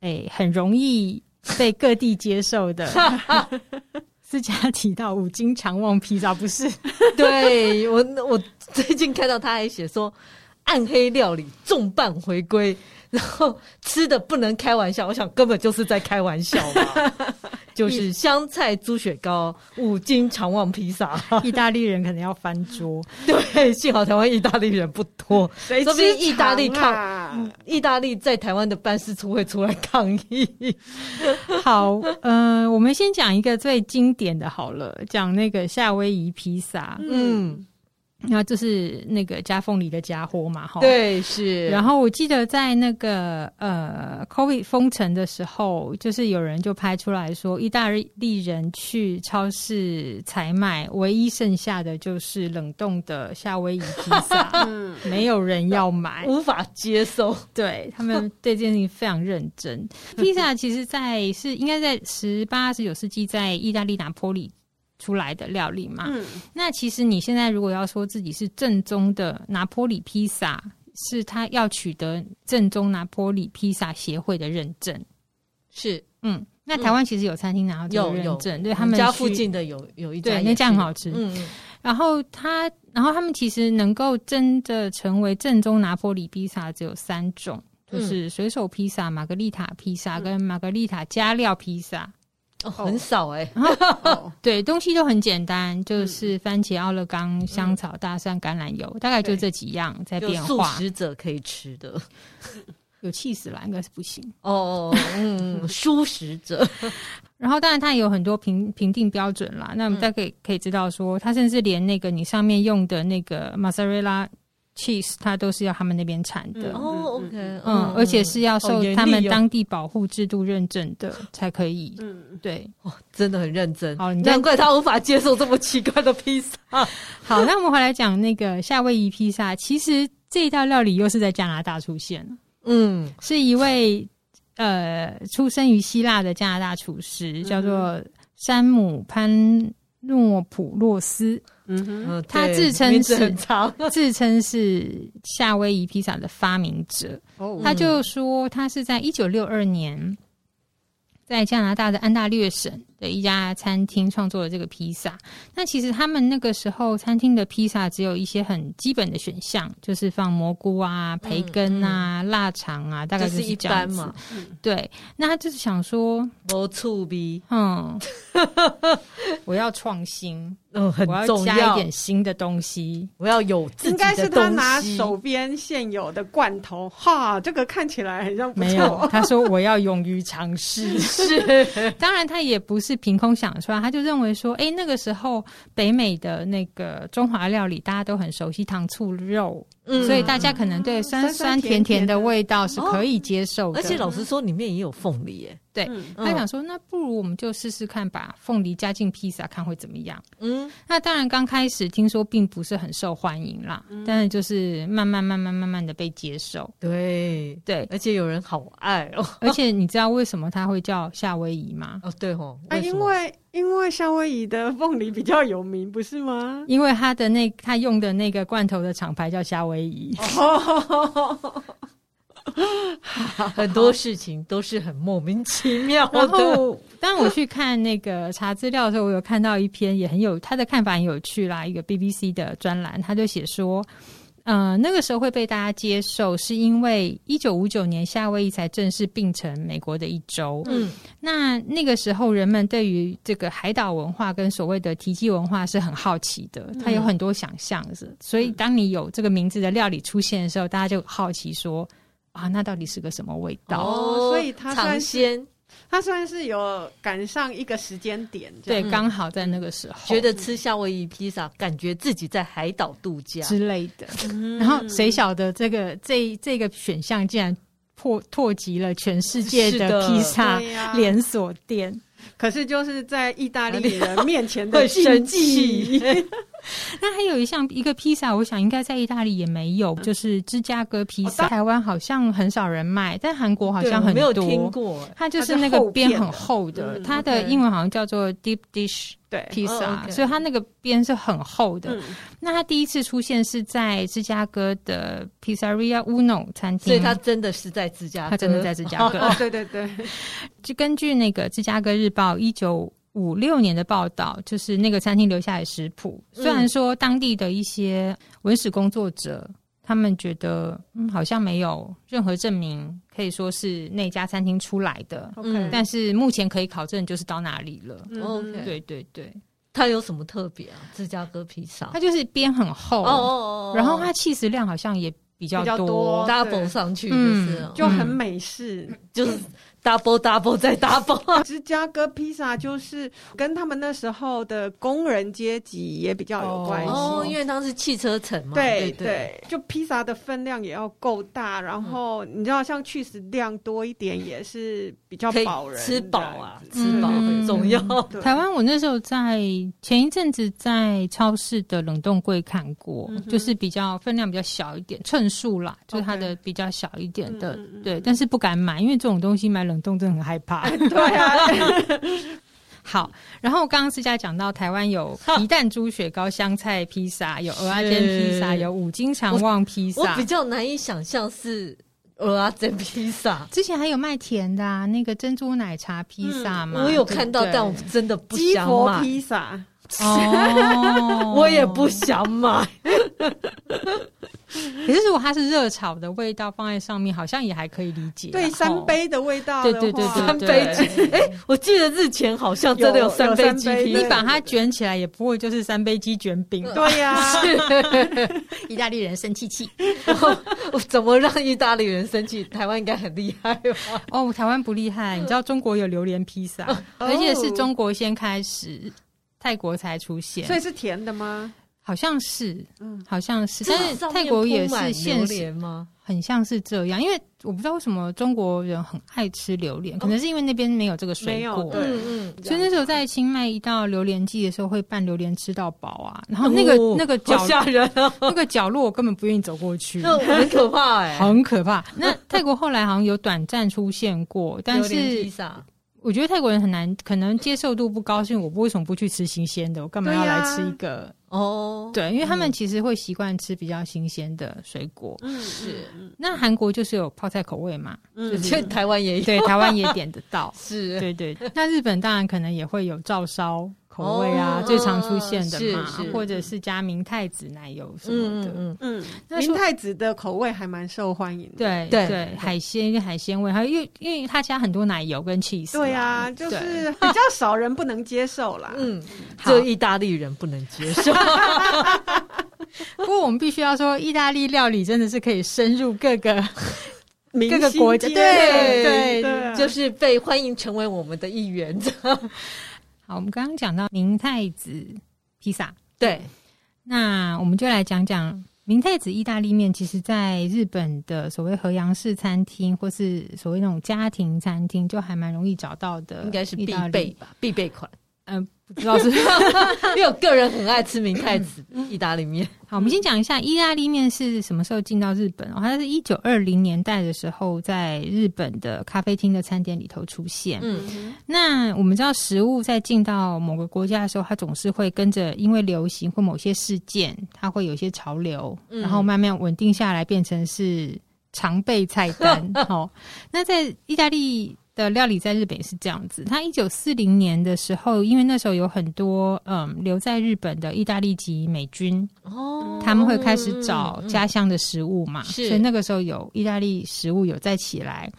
Speaker 1: 哎、很容易被各地接受 的。思佳提到五金常忘披萨，不 是？
Speaker 2: 对我，我最近看到他还写说，暗黑料理重磅回归，然后吃的不能开玩笑，我想根本就是在开玩笑嘛， 就是香菜猪血糕、五斤肠旺披 萨。
Speaker 1: 意大利人可能要翻桌。
Speaker 2: 对，幸好台湾意大利人不多，
Speaker 3: 谁
Speaker 2: 说不定
Speaker 3: 吃
Speaker 2: 意大利
Speaker 3: 肠
Speaker 2: 靠
Speaker 3: 啊
Speaker 2: 意大利在台湾的办事处会出来抗议。
Speaker 1: 好，呃，我们先讲一个最经典的好了，讲那个夏威夷披萨，
Speaker 2: 嗯，
Speaker 1: 那就是那个夹缝里的家伙嘛，哈。
Speaker 2: 对，是，
Speaker 1: 然
Speaker 2: 后
Speaker 1: 后我记得在那个呃，COVID 封城的时候，就是有人就拍出来说，意大利人去超市采买，唯一剩下的就是冷冻的夏威夷披 萨，
Speaker 3: 嗯，
Speaker 1: 没有人要 买。
Speaker 2: 无法接受。
Speaker 1: 对他们对这件事情非常认真。披萨其实在，是应该在十八、十九世纪在意大利拿坡里出来的料理嘛。
Speaker 3: 嗯
Speaker 1: 那其实你现在如果要说自己是正宗的拿坡里披萨，是他要取得正宗拿坡里披萨协会的认证。
Speaker 2: 是
Speaker 1: 嗯，那台湾其实有餐厅拿到这
Speaker 2: 有
Speaker 1: 个
Speaker 2: 有
Speaker 1: 认证，对
Speaker 2: 我
Speaker 1: 他们
Speaker 2: 家
Speaker 1: 去
Speaker 2: 附近的有有一家
Speaker 1: 对
Speaker 2: 也
Speaker 1: 那家很
Speaker 2: 是
Speaker 1: 好吃。
Speaker 2: 嗯嗯。
Speaker 1: 然后他，然后他们其实能够真的成为正宗拿坡里披萨只有三种。就是
Speaker 2: 嗯
Speaker 1: 水手披萨、玛格丽塔披萨
Speaker 3: 嗯
Speaker 1: 跟玛格丽塔加料披萨，
Speaker 2: 哦，很少哎、
Speaker 3: 哦
Speaker 1: 对，东西都很简单，就是番茄、奥勒冈、香草、大蒜、橄榄油，大概就
Speaker 3: 对
Speaker 1: 这几样在
Speaker 2: 就
Speaker 1: 变
Speaker 2: 素
Speaker 1: 化。
Speaker 2: 食者可以吃的
Speaker 1: 有气死了，应该是不行。
Speaker 2: 哦，嗯，素食 者，
Speaker 1: 然后，当然它也有很多评评定标准啦。那我们大概可以知道说，它甚至连那个你上面用的那个 mozzarella cheese，它都是要他们那边产的。
Speaker 3: 嗯
Speaker 1: 嗯
Speaker 2: 哦，OK，
Speaker 1: 而且是要
Speaker 2: 好
Speaker 1: 受
Speaker 2: 严厉哦
Speaker 1: 他们当地保护制度认证的才可以。
Speaker 3: 嗯，
Speaker 1: 对，
Speaker 2: 真的很认真，
Speaker 1: 好你这样
Speaker 2: 难怪他无法接受这么奇怪的披萨。
Speaker 1: 好，那我们回来讲那个夏威夷披萨。其实这一道料理又是在加拿大出现了，
Speaker 2: 嗯，
Speaker 1: 是一位呃出生于希腊的加拿大厨师，叫做山姆潘诺普洛斯。
Speaker 3: 嗯哼，
Speaker 2: 嗯
Speaker 1: 他
Speaker 2: 对
Speaker 1: 自称
Speaker 2: 名字
Speaker 1: 是
Speaker 2: 很长，
Speaker 1: 自称是夏威夷披萨的发明者，
Speaker 2: 嗯
Speaker 3: 哦
Speaker 1: 他就说他是在一九六二年在加拿大的安大略省的一家餐厅创作了这个披萨。那其实他们那个时候餐厅的披萨只有一些很基本的选项，就是放蘑菇啊、培根啊、腊肠啊，大概
Speaker 2: 嗯就是一
Speaker 1: 这样
Speaker 2: 般
Speaker 1: 子
Speaker 2: 嘛。，嗯
Speaker 1: 对，那他就是想说，
Speaker 2: 不醋逼，
Speaker 1: 嗯， 我要创新，
Speaker 2: 嗯，很
Speaker 1: 我要
Speaker 2: 重
Speaker 1: 加一点新的东西。
Speaker 2: 我要有自己
Speaker 3: 应
Speaker 2: 的
Speaker 3: 该是他
Speaker 2: 东
Speaker 3: 拿
Speaker 2: 西
Speaker 3: 手边现有的罐头，哈，这个看起来很像不错
Speaker 1: 没有，他说我要勇于尝试。
Speaker 2: 是
Speaker 1: 当然，他也不是凭空想出来，他就认为说，哎、那个时候北美的那个中华料理，大家都很熟悉糖醋肉，
Speaker 2: 嗯
Speaker 1: 所以大家可能对酸
Speaker 3: 酸酸
Speaker 1: 嗯酸甜
Speaker 3: 甜
Speaker 1: 甜
Speaker 3: 甜
Speaker 1: 的
Speaker 3: 的
Speaker 1: 味道是可以接受的。
Speaker 2: 而且老实说，里面也有凤梨耶，
Speaker 1: 对，
Speaker 3: 嗯
Speaker 1: 嗯他想说，那不如我们就试试看，把凤梨加进披萨，看会怎么样。
Speaker 2: 嗯
Speaker 1: 那当然，刚开始听说并不是很受欢迎啦，但是就是慢慢、慢慢、慢慢的被接受。
Speaker 2: 对，
Speaker 1: 对，
Speaker 2: 而且有人好爱哦
Speaker 1: 而且你知道为什么它会叫夏威夷吗？
Speaker 2: 哦对哦，
Speaker 3: 啊，
Speaker 2: 什
Speaker 3: 因
Speaker 2: 么
Speaker 3: 为因为夏威夷的凤梨比较有名，不是吗？
Speaker 1: 因为它的那它用的那个罐头的厂牌叫夏威夷。
Speaker 2: 很多事情都是很莫名其妙
Speaker 1: 然
Speaker 2: 的。
Speaker 1: 后，当我去看那个查资料的时候，我有看到一篇也很有他的看法很有趣啦，一个 BBC 的专栏，他就写说，呃，那个时候会被大家接受，是因为一九五九年夏威夷才正式并成美国的一州。
Speaker 2: 嗯，
Speaker 1: 那那个时候人们对于这个海岛文化跟所谓的提基文化是很好奇的，他有很多想象的，所以当你有这个名字的料理出现的时候，大家就好奇说。啊，那到底是个什么味道？
Speaker 2: 哦
Speaker 3: 所以它
Speaker 2: 尝
Speaker 3: 算是
Speaker 2: 鲜，
Speaker 3: 它算是有赶上一个时间点，这
Speaker 1: 对
Speaker 3: 样，
Speaker 1: 刚好在那个时候，
Speaker 2: 嗯觉得吃夏威夷披萨，感觉自己在海岛度假。
Speaker 1: 之类的。
Speaker 3: 嗯
Speaker 1: 然后谁晓得这个这这个选项竟然破拓及了全世界
Speaker 2: 是的啊
Speaker 1: 的披萨
Speaker 3: 对呀
Speaker 1: 连锁店。
Speaker 3: 可是就是在意大利人面前的
Speaker 2: 会
Speaker 3: 禁
Speaker 2: 生
Speaker 3: 忌
Speaker 2: 气，
Speaker 1: 那还有一项一个披萨，我想应该在意大利也没有，
Speaker 2: 嗯
Speaker 1: 就是芝加哥披
Speaker 3: 哦
Speaker 1: 萨，
Speaker 3: 当
Speaker 1: 台湾好像很少人卖，但韩国好
Speaker 2: 对
Speaker 1: 像
Speaker 2: 我
Speaker 1: 很
Speaker 2: 没有听
Speaker 1: 多。
Speaker 2: 过，
Speaker 1: 它就是那个边很厚
Speaker 3: 它是厚片的
Speaker 1: 的，
Speaker 3: 嗯
Speaker 1: 它的
Speaker 2: OK
Speaker 1: 英文好像叫做 deep dish
Speaker 3: 对，
Speaker 1: pizza，、
Speaker 2: 哦，OK
Speaker 1: 所以它那个边是很厚的。
Speaker 3: 嗯，
Speaker 1: 那它第一次出现是在芝加哥的 Pizzeria Uno 餐厅，
Speaker 2: 所以他真的是在芝加哥，
Speaker 1: 它真的在芝加 哥。
Speaker 3: 哦，对对对，
Speaker 2: 嗯
Speaker 1: 就根据那个《芝加哥日报》一九五六年的报道，就是那个餐厅留下来的食谱。
Speaker 2: 嗯
Speaker 1: 虽然说当地的一些文史工作者，他们觉得嗯好像没有任何证明可以说是那家餐厅出来的，
Speaker 2: 嗯
Speaker 3: OK，
Speaker 1: 但是目前可以考证就是到哪里了。
Speaker 3: 嗯
Speaker 2: OK
Speaker 1: 对对对，
Speaker 2: 它有什么特别啊？芝加哥披萨
Speaker 1: 它就是边很厚，
Speaker 2: 哦
Speaker 1: 然后它气食量好像也比较
Speaker 3: 比较多
Speaker 2: double
Speaker 3: 对
Speaker 2: 上去就是
Speaker 1: 嗯
Speaker 2: 哦
Speaker 3: 就很美式。
Speaker 2: 就是 double double 再 double，
Speaker 3: 芝加哥披萨就是跟他们那时候的工人阶级也比较有关系。
Speaker 2: 哦，因为它是汽车城嘛，
Speaker 3: 对
Speaker 2: 对对，
Speaker 3: 就披萨的分量也要够大，然后你知道像去食量多一点也是比较
Speaker 2: 可以
Speaker 3: 饱人，
Speaker 2: 吃饱啊，
Speaker 1: 这样
Speaker 2: 吃
Speaker 1: 子
Speaker 2: 饱很
Speaker 1: 嗯
Speaker 2: 重要。
Speaker 3: 对
Speaker 1: 台湾，我那时候在前一阵子在超市的冷冻柜看过，
Speaker 3: 嗯哼
Speaker 1: 就是比较分量比较小一点，称数啦，就是它
Speaker 3: OK
Speaker 1: 的比较小一点的，
Speaker 3: 嗯嗯嗯
Speaker 1: 对，但是不敢买，因为这种东西买冷冻真的很害怕。
Speaker 3: 对啊，
Speaker 1: 好，然后刚刚思佳讲到台湾有皮蛋猪血糕、香菜披萨，有鹅阿煎披萨，
Speaker 2: 是
Speaker 1: 有五金肠旺披
Speaker 2: 我
Speaker 1: 萨
Speaker 2: 比。较难以想象是俄阿珍披萨。
Speaker 1: 之前还有卖甜的啊，那个珍珠奶茶披萨嘛，
Speaker 2: 嗯我有
Speaker 1: 对不
Speaker 2: 看到，
Speaker 1: 对
Speaker 2: 但我真的不
Speaker 3: 鸡
Speaker 2: 想
Speaker 3: 佛
Speaker 2: 买，
Speaker 3: 披萨，
Speaker 1: 哦
Speaker 2: 我也不想买。
Speaker 1: 可是如果它是热炒的味道放在上面，好像也还可以理解啦。
Speaker 3: 对
Speaker 1: 吼
Speaker 3: 三，杯的味道的
Speaker 1: 对对
Speaker 3: 话，
Speaker 1: 对
Speaker 2: 三
Speaker 1: 对
Speaker 2: 杯
Speaker 1: 对
Speaker 2: 鸡，哎、我记得日前好像真的哦有
Speaker 3: 有
Speaker 2: 三
Speaker 3: 有
Speaker 2: 杯
Speaker 3: 三
Speaker 2: 鸡
Speaker 3: 杯
Speaker 2: 披
Speaker 1: 你
Speaker 3: 对
Speaker 1: 把它卷起来也不会就是三杯鸡卷饼吧。
Speaker 3: 对呀、
Speaker 1: 哦意大利人生气气
Speaker 2: 我怎么让意大利人生气？台湾应该很厉害吧？
Speaker 1: 哦，台湾不厉害，你知道中国有榴莲披 萨，
Speaker 3: 哦
Speaker 1: 而且是中国先开始，泰国才出现，
Speaker 3: 所以是甜的吗？
Speaker 1: 好像是，
Speaker 3: 嗯
Speaker 1: 好像是， 但是泰国也是现实，
Speaker 2: 莲吗？
Speaker 1: 很像是这样，因为我不知道为什么中国人很爱吃榴莲，可能是因为那边没有这个
Speaker 3: 没
Speaker 1: 水
Speaker 3: 有
Speaker 1: 果，
Speaker 3: 对
Speaker 2: 嗯
Speaker 1: 所以那时候在清迈一到榴莲季的时候，会拌榴莲吃到饱啊。然后
Speaker 2: 哦
Speaker 1: 那个、那个角
Speaker 2: 好吓人啊！
Speaker 1: 那个角落，我根本不愿意走过去，
Speaker 2: 那很可 怕哎、
Speaker 1: 很可怕。那泰国后来好像有短暂出现过，但
Speaker 2: 榴莲披
Speaker 1: 是
Speaker 2: 萨
Speaker 1: 我觉得泰国人很难，可能接受度不高，是因为我为什么不去吃新鲜的？我干嘛要
Speaker 3: 对
Speaker 1: 来
Speaker 3: 呀
Speaker 1: 吃一个？
Speaker 2: 哦，
Speaker 1: 对，因为他们其实会习惯吃比较新鲜的水果。
Speaker 3: 嗯，
Speaker 2: 是
Speaker 3: 嗯
Speaker 1: 那韩国就是有泡菜口味嘛，
Speaker 3: 嗯
Speaker 2: 我
Speaker 3: 嗯
Speaker 2: 觉得台湾也有。
Speaker 1: 对，台湾也点得到
Speaker 2: 是
Speaker 1: 对对，那日本当然可能也会有照烧口味啊，
Speaker 2: 哦
Speaker 1: 最常出现的嘛，
Speaker 2: 是是
Speaker 1: 或者是加明太子奶油什么
Speaker 2: 嗯
Speaker 1: 的。
Speaker 2: 嗯嗯，
Speaker 3: 嗯，
Speaker 1: 那
Speaker 3: 明
Speaker 1: 说
Speaker 3: 太子的口味还蛮受欢迎的。
Speaker 1: 对
Speaker 2: 对
Speaker 1: 对，海鲜因为海鲜味，还有因为因为它加很多奶油跟 cheese
Speaker 3: 对
Speaker 1: 啊，
Speaker 3: 啊，就
Speaker 1: 对
Speaker 3: 是比较少人不能接 受啦。嗯，
Speaker 2: 嗯，
Speaker 1: 好
Speaker 2: 只有意大利人不能接受。
Speaker 1: 不过我们必须要说，意大利料理真的是可以深入各个
Speaker 3: 明
Speaker 1: 各个
Speaker 3: 星
Speaker 1: 国家，
Speaker 3: 街
Speaker 1: 对对。
Speaker 3: 对，
Speaker 2: 就是被欢迎成为我们的一员，
Speaker 1: 好，我们刚刚讲到明太子披萨，
Speaker 2: 对，
Speaker 1: 那我们就来讲讲明太子意大利面，其实在日本的所谓和洋式餐厅，或是所谓那种家庭餐厅，就还蛮容易找到的，
Speaker 2: 应该是必备。吧，必备款。
Speaker 1: 嗯、不知道是
Speaker 2: 因为我个人很爱吃明太子意大利面，
Speaker 1: 好，我们先讲一下意大利面是什么时候进到日本、哦，它是一九二零年代的时候在日本的咖啡厅的餐点里头出现。
Speaker 2: 嗯，
Speaker 1: 那我们知道，食物在进到某个国家的时候，它总是会跟着因为流行或某些事件，它会有一些潮流，
Speaker 2: 嗯
Speaker 1: 然后慢慢稳定下来，变成是常备菜单。好、那在意大利的料理在日本也是这样子。它一九四零年的时候，因为那时候有很多嗯留在日本的意大利籍美军，
Speaker 2: 哦
Speaker 1: 他们会开始找家乡的食物嘛，
Speaker 2: 嗯是
Speaker 1: 所以那个时候有意大利食物有再起来。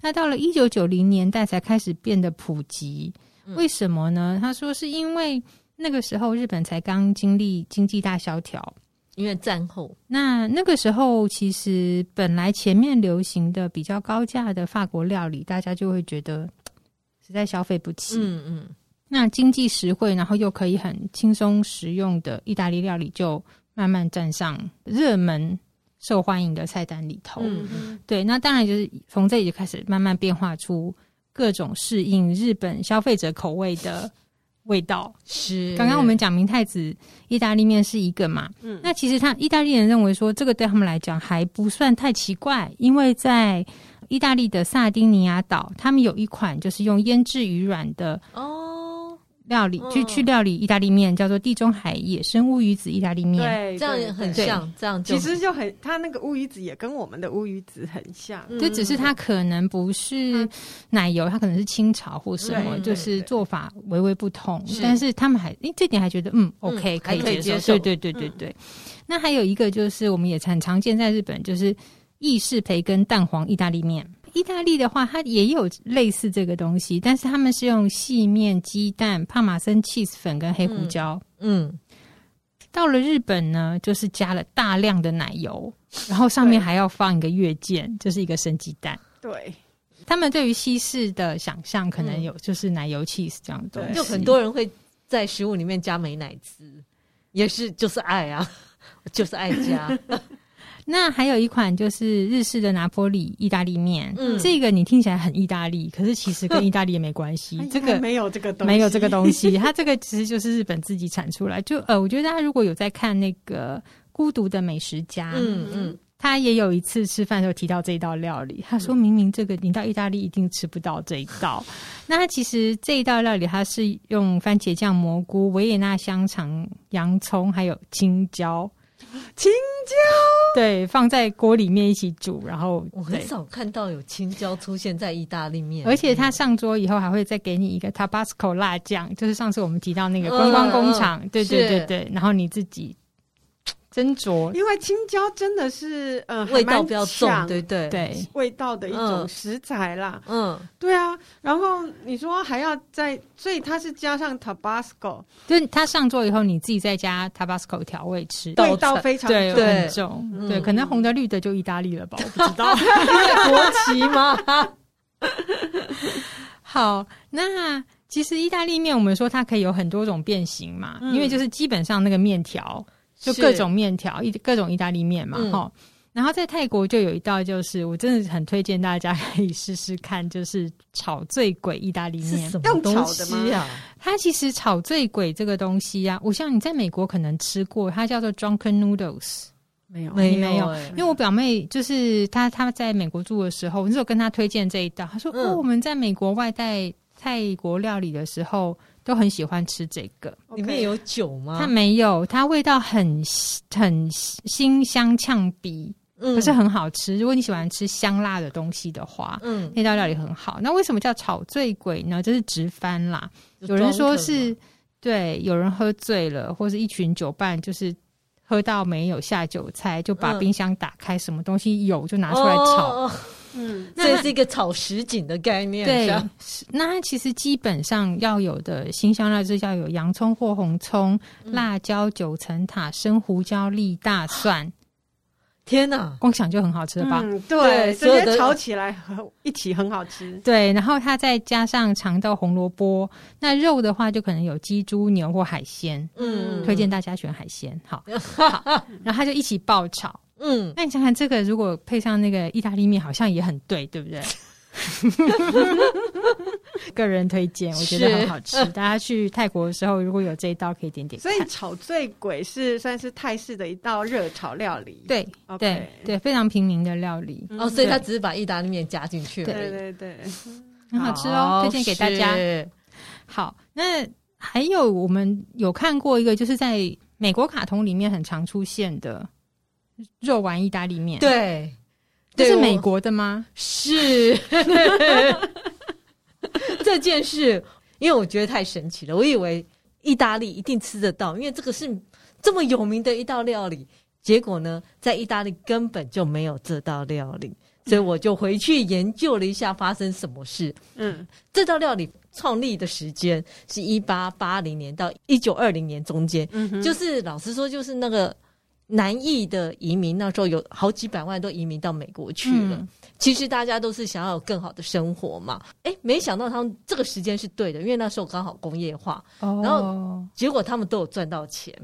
Speaker 1: 那到了一九九零年代才开始变得普及，为什么呢？他说是因为那个时候日本才刚经历经济大萧条。
Speaker 2: 因为战后，
Speaker 1: 那那个时候，其实本来前面流行的比较高价的法国料理，大家就会觉得嘖实在消费不起。
Speaker 2: 嗯嗯，
Speaker 1: 那经济实惠，然后又可以很轻松食用的意大利料理，就慢慢站上热门、受欢迎的菜单里头。
Speaker 2: 嗯
Speaker 1: 对，那当然就是从这里就开始慢慢变化出各种适应日本消费者口味的味道。
Speaker 2: 是。
Speaker 1: 刚刚我们讲明太子意大利面是一个嘛，
Speaker 3: 嗯
Speaker 1: 那其实他意大利人认为说这个对他们来讲还不算太奇怪，因为在意大利的萨丁尼亚岛，他们有一款就是用腌制鱼卵的
Speaker 2: 哦，
Speaker 1: 料理，
Speaker 2: 嗯
Speaker 1: 去去料理意大利面，叫做地中海野生乌鱼子意大利面。
Speaker 3: 对，
Speaker 2: 这样也
Speaker 3: 对
Speaker 2: 很
Speaker 3: 对
Speaker 2: 像，这样就
Speaker 3: 其实就很，它那个乌鱼子也跟我们的乌鱼子很像。
Speaker 2: 嗯
Speaker 1: 就只是它可能不是
Speaker 3: 嗯
Speaker 1: 奶油，它可能是清炒或什么，
Speaker 2: 对
Speaker 1: 就是
Speaker 3: 对对
Speaker 1: 做法微微不同。
Speaker 2: 是
Speaker 1: 但是他们还，诶，这点还觉得嗯
Speaker 2: 嗯
Speaker 1: ，OK，
Speaker 2: 还可以
Speaker 1: 以
Speaker 2: 接受嗯
Speaker 1: 受。对对对对对。那还有一个就是，我们也很常见在日本，就是意式培根蛋黄意大利面。意大利的话，它也有类似这个东西，但是他们是用细面、鸡蛋、帕玛森 cheese 粉跟黑胡
Speaker 2: 嗯
Speaker 1: 椒。
Speaker 2: 嗯，
Speaker 1: 到了日本呢，就是加了大量的奶油，然后上面还要放一个月见，就是一个生鸡蛋。
Speaker 3: 对，
Speaker 1: 他们对于西式的想象，可能
Speaker 2: 嗯
Speaker 1: 有就是奶油 cheese 这样的东西，
Speaker 3: 对
Speaker 2: 就很多人会在食物里面加美乃滋，也是就是爱啊， 就是爱加。
Speaker 1: 那还有一款就是日式的拿坡里意大利面，
Speaker 2: 嗯
Speaker 1: 这个你听起来很意大利，可是其实跟意大利也没关 系
Speaker 3: 哎，
Speaker 1: 这
Speaker 3: 还
Speaker 1: 个
Speaker 3: 没有这个东西，
Speaker 1: 没有这个东西，它这个其实就是日本自己产出来。就呃，我觉得大家如果有在看那个《孤独的美食家》，
Speaker 2: 嗯嗯，
Speaker 1: 他也有一次吃饭的时候提到这一道料理，他说明明这个你到意大利一定吃不到这一道。 那他其实这一道料理它是用番茄酱、蘑菇、维也纳香肠、洋葱还有青椒，
Speaker 3: 青
Speaker 1: 对，放在锅里面一起煮，然后
Speaker 2: 我很
Speaker 1: 对。
Speaker 2: 少看到有青椒出现在意大利面，
Speaker 1: 而且它上桌以后还会再给你一个 Tabasco 辣酱，就是上次我们提到那个观
Speaker 2: 嗯
Speaker 1: 光工厂，对对对
Speaker 2: 是
Speaker 1: 对，然后你自己斟酌
Speaker 3: 椒，， 因为青椒真的是呃
Speaker 2: 嗯味道比较重，，
Speaker 3: 还蛮
Speaker 2: 对
Speaker 3: 抢
Speaker 2: 不对？，
Speaker 1: 对，
Speaker 3: 味道的一
Speaker 2: 嗯
Speaker 3: 种食材啦。
Speaker 2: 嗯，
Speaker 3: 对啊，然后你说还要再，所以它是加上 Tabasco，
Speaker 1: 就是它上桌以后你自己在家 Tabasco 调味吃，
Speaker 2: 道
Speaker 3: 味道
Speaker 2: 菜
Speaker 3: 非常
Speaker 1: 对，
Speaker 3: 重
Speaker 2: 对
Speaker 1: 很重，
Speaker 2: 嗯
Speaker 1: 对，可能红的绿的就意大利了吧，我 不知道。
Speaker 2: 国旗 吗？
Speaker 1: 好，那其实意大利面我们说它可以有很多种变形嘛，
Speaker 3: 嗯
Speaker 1: 因为就是基本上那个面条就各种面条，一各种意大利面嘛，
Speaker 2: 嗯
Speaker 1: 哈、然后在泰国就有一道，就是我真的很推荐大家可以试试看，就是炒醉鬼意大利
Speaker 2: 是
Speaker 1: 面
Speaker 2: 什。么
Speaker 3: 用
Speaker 2: 东
Speaker 3: 炒的吗
Speaker 2: 西啊？
Speaker 1: 它其实炒醉鬼这个东西啊，我想你在美国可能吃过，它叫做 drunken noodles。
Speaker 3: 没有
Speaker 1: 没
Speaker 2: 没
Speaker 1: 有
Speaker 2: 欸
Speaker 1: 因为我表妹就是她，她在美国住的时候，我那时候跟她推荐这一道，她说：“
Speaker 2: 嗯
Speaker 1: 哦，我们在美国外带泰国料理的时候，都很喜欢吃这个。
Speaker 2: 里面有酒吗？
Speaker 1: 它没有，它味道很很辛香呛鼻，
Speaker 2: 嗯
Speaker 1: 可是很好吃。如果你喜欢吃香辣的东西的话。”
Speaker 2: 嗯，
Speaker 1: 那道料理很好，那为什么叫炒醉鬼呢？这是直翻啦。
Speaker 2: 就
Speaker 1: 有人
Speaker 2: 装
Speaker 1: 说
Speaker 2: 可
Speaker 1: 是
Speaker 2: 嘛
Speaker 1: 对，有人喝醉了，或是一群酒伴就是喝到没有下酒菜，就把
Speaker 2: 嗯
Speaker 1: 冰箱打开，什么东西有就拿出来炒。
Speaker 2: 哦哦哦
Speaker 3: 嗯，
Speaker 1: 那
Speaker 2: 这
Speaker 1: 它
Speaker 2: 是一个炒什锦的概念，
Speaker 1: 对
Speaker 2: 是吧，
Speaker 1: 是那它其实基本上要有的新香料就是要有洋葱或红葱、
Speaker 2: 嗯
Speaker 1: 辣椒、九层塔、生胡椒粒、大蒜。
Speaker 2: 天哪！
Speaker 1: 光想就很好吃了吧？
Speaker 3: 嗯，
Speaker 2: 对
Speaker 3: 对，直
Speaker 2: 所有的
Speaker 3: 接炒起来很一起很 好吃。
Speaker 1: 对，然后它再加上肠道红萝卜，那肉的话就可能有鸡、猪、牛或海鲜，
Speaker 2: 嗯，
Speaker 1: 推荐大家选海鲜。 好，好然后它就一起爆炒。
Speaker 2: 嗯，
Speaker 1: 那你想想，这个如果配上那个意大利面，好像也很对，对不 对？个人推荐，我觉得
Speaker 2: 是
Speaker 1: 很好吃。大家去泰国的时候，如果有这一道，可以点点
Speaker 3: 所
Speaker 1: 看。
Speaker 3: 以炒醉鬼是算是泰式的一道热炒料理。
Speaker 1: 对
Speaker 3: OK
Speaker 1: 对对，非常平民的料理，
Speaker 3: 嗯
Speaker 2: 哦，所以他只是把意大利面加进去而
Speaker 3: 对
Speaker 2: 已，
Speaker 3: 对对，
Speaker 1: 很好吃哦，推荐给大家。
Speaker 2: 是
Speaker 1: 好，那还有我们有看过一个，就是在美国卡通里面很常出现的肉丸意大利面，，
Speaker 2: 对，
Speaker 1: 这
Speaker 2: 对
Speaker 1: 是
Speaker 2: 我
Speaker 1: 美国的吗？
Speaker 2: 是 这件事，因为我觉得太神奇了，我以为意大利一定吃得到，因为这个是这么有名的一道料理。结果呢，在意大利根本就没有这道料理，所以我就回去研究了一下发生什么事。
Speaker 3: 嗯，
Speaker 2: 这道料理创立的时间是一八八零年到一九二零年中间，
Speaker 3: 嗯哼
Speaker 2: 就是老实说，就是那个南裔的移民，那时候有好几百万都移民到美国去了。
Speaker 1: 嗯
Speaker 2: 其实大家都是想要有更好的生活嘛。诶，没想到他们这个时间是对的，因为那时候刚好工业化，
Speaker 1: 哦，
Speaker 2: 然结果他们都有赚到钱。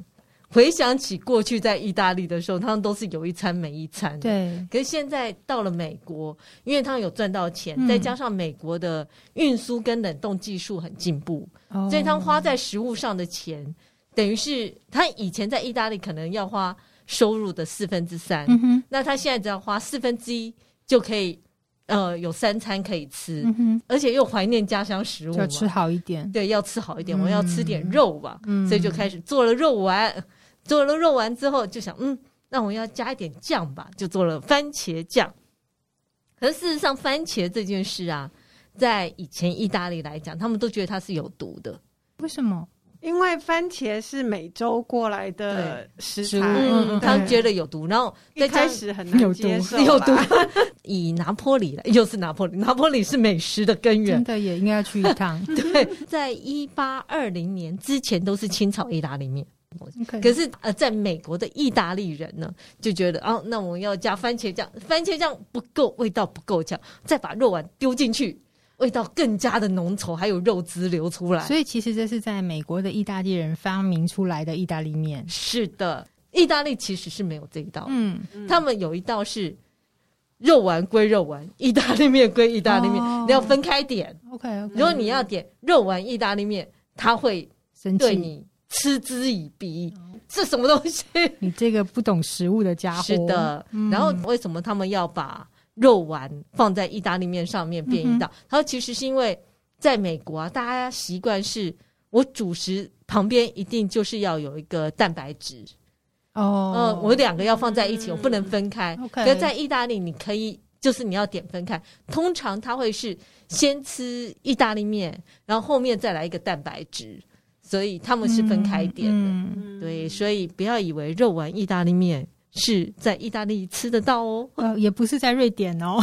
Speaker 2: 回想起过去在意大利的时候，他们都是有一餐没一餐的。
Speaker 1: 对，
Speaker 2: 可是现在到了美国，因为他们有赚到钱，
Speaker 1: 嗯
Speaker 2: 再加上美国的运输跟冷冻技术很进步，
Speaker 1: 哦
Speaker 2: 所以他们花在食物上的钱，等于是他以前在意大利可能要花收入的四分之三，
Speaker 1: 嗯哼，
Speaker 2: 那他现在只要花四分之一就可以，呃，有三餐可以吃，
Speaker 1: 嗯
Speaker 2: 而且又怀念家乡食物
Speaker 1: 哼，
Speaker 2: 嘛
Speaker 1: 就，吃好一点，
Speaker 2: 对，要吃好一点，
Speaker 1: 嗯
Speaker 2: 我要吃点肉吧，
Speaker 1: 嗯，
Speaker 2: 所以就开始做了肉丸，做了肉丸之后就想，嗯，那我要加一点酱吧，就做了番茄酱。可是事实上，番茄这件事啊，在以前意大利来讲，他们都觉得它是有毒的，
Speaker 1: 为什么？
Speaker 3: 因为番茄是美洲过来的食
Speaker 1: 食物
Speaker 3: 材，
Speaker 1: 嗯嗯
Speaker 3: 对
Speaker 2: 他们觉得有毒，然后
Speaker 3: 一
Speaker 2: 再加
Speaker 3: 开
Speaker 2: 上
Speaker 3: 始很难接受啊啦
Speaker 2: 有毒， 以拿坡里来，又是拿坡里，拿坡里是美食的根源
Speaker 1: 真。的也应该要去一趟。
Speaker 2: 对，在一八二零年之前都是清朝意大利面，可
Speaker 1: 可
Speaker 2: 是呃，在美国的意大利人呢，就觉得哦，那我要加番茄酱，番茄酱不够，味道不够强，再把肉丸丢进去，味道更加的浓稠，还有肉汁流出来。
Speaker 1: 所以其实这是在美国的意大利人发明出来的意大利面，
Speaker 2: 是的，意大利其实是没有这一道，
Speaker 1: 嗯，
Speaker 3: 嗯
Speaker 2: 他们有一道是肉丸归肉丸，意大利面归意大利面，
Speaker 1: 哦
Speaker 2: 你要分开点。
Speaker 1: OK，
Speaker 2: 如果你要点肉丸意大利面，他会
Speaker 1: 生
Speaker 2: 对
Speaker 1: 气，
Speaker 2: 你嗤之以鼻，
Speaker 1: 哦
Speaker 2: 这什么东 西？
Speaker 1: 你这个不懂食物的家伙，
Speaker 2: 是的，
Speaker 1: 嗯
Speaker 2: 然后为什么他们要把肉丸放在意大利面上面
Speaker 1: 嗯
Speaker 2: 变一道？他说其实是因为在美国啊，大家习惯是我主食旁边一定就是要有一个蛋白质，
Speaker 1: 哦嗯
Speaker 2: 嗯，，我两个要放在一起，我不能分开。
Speaker 1: OK
Speaker 2: 可是在意大利，你可以就是你要点分开，通常它会是先吃意大利面，然后后面再来一个蛋白质，所以他们是分开点的。
Speaker 1: 嗯
Speaker 3: 嗯
Speaker 2: 对，所以不要以为肉丸意大利面是在意大利吃得到哦。
Speaker 1: 呃，也不是在瑞典哦，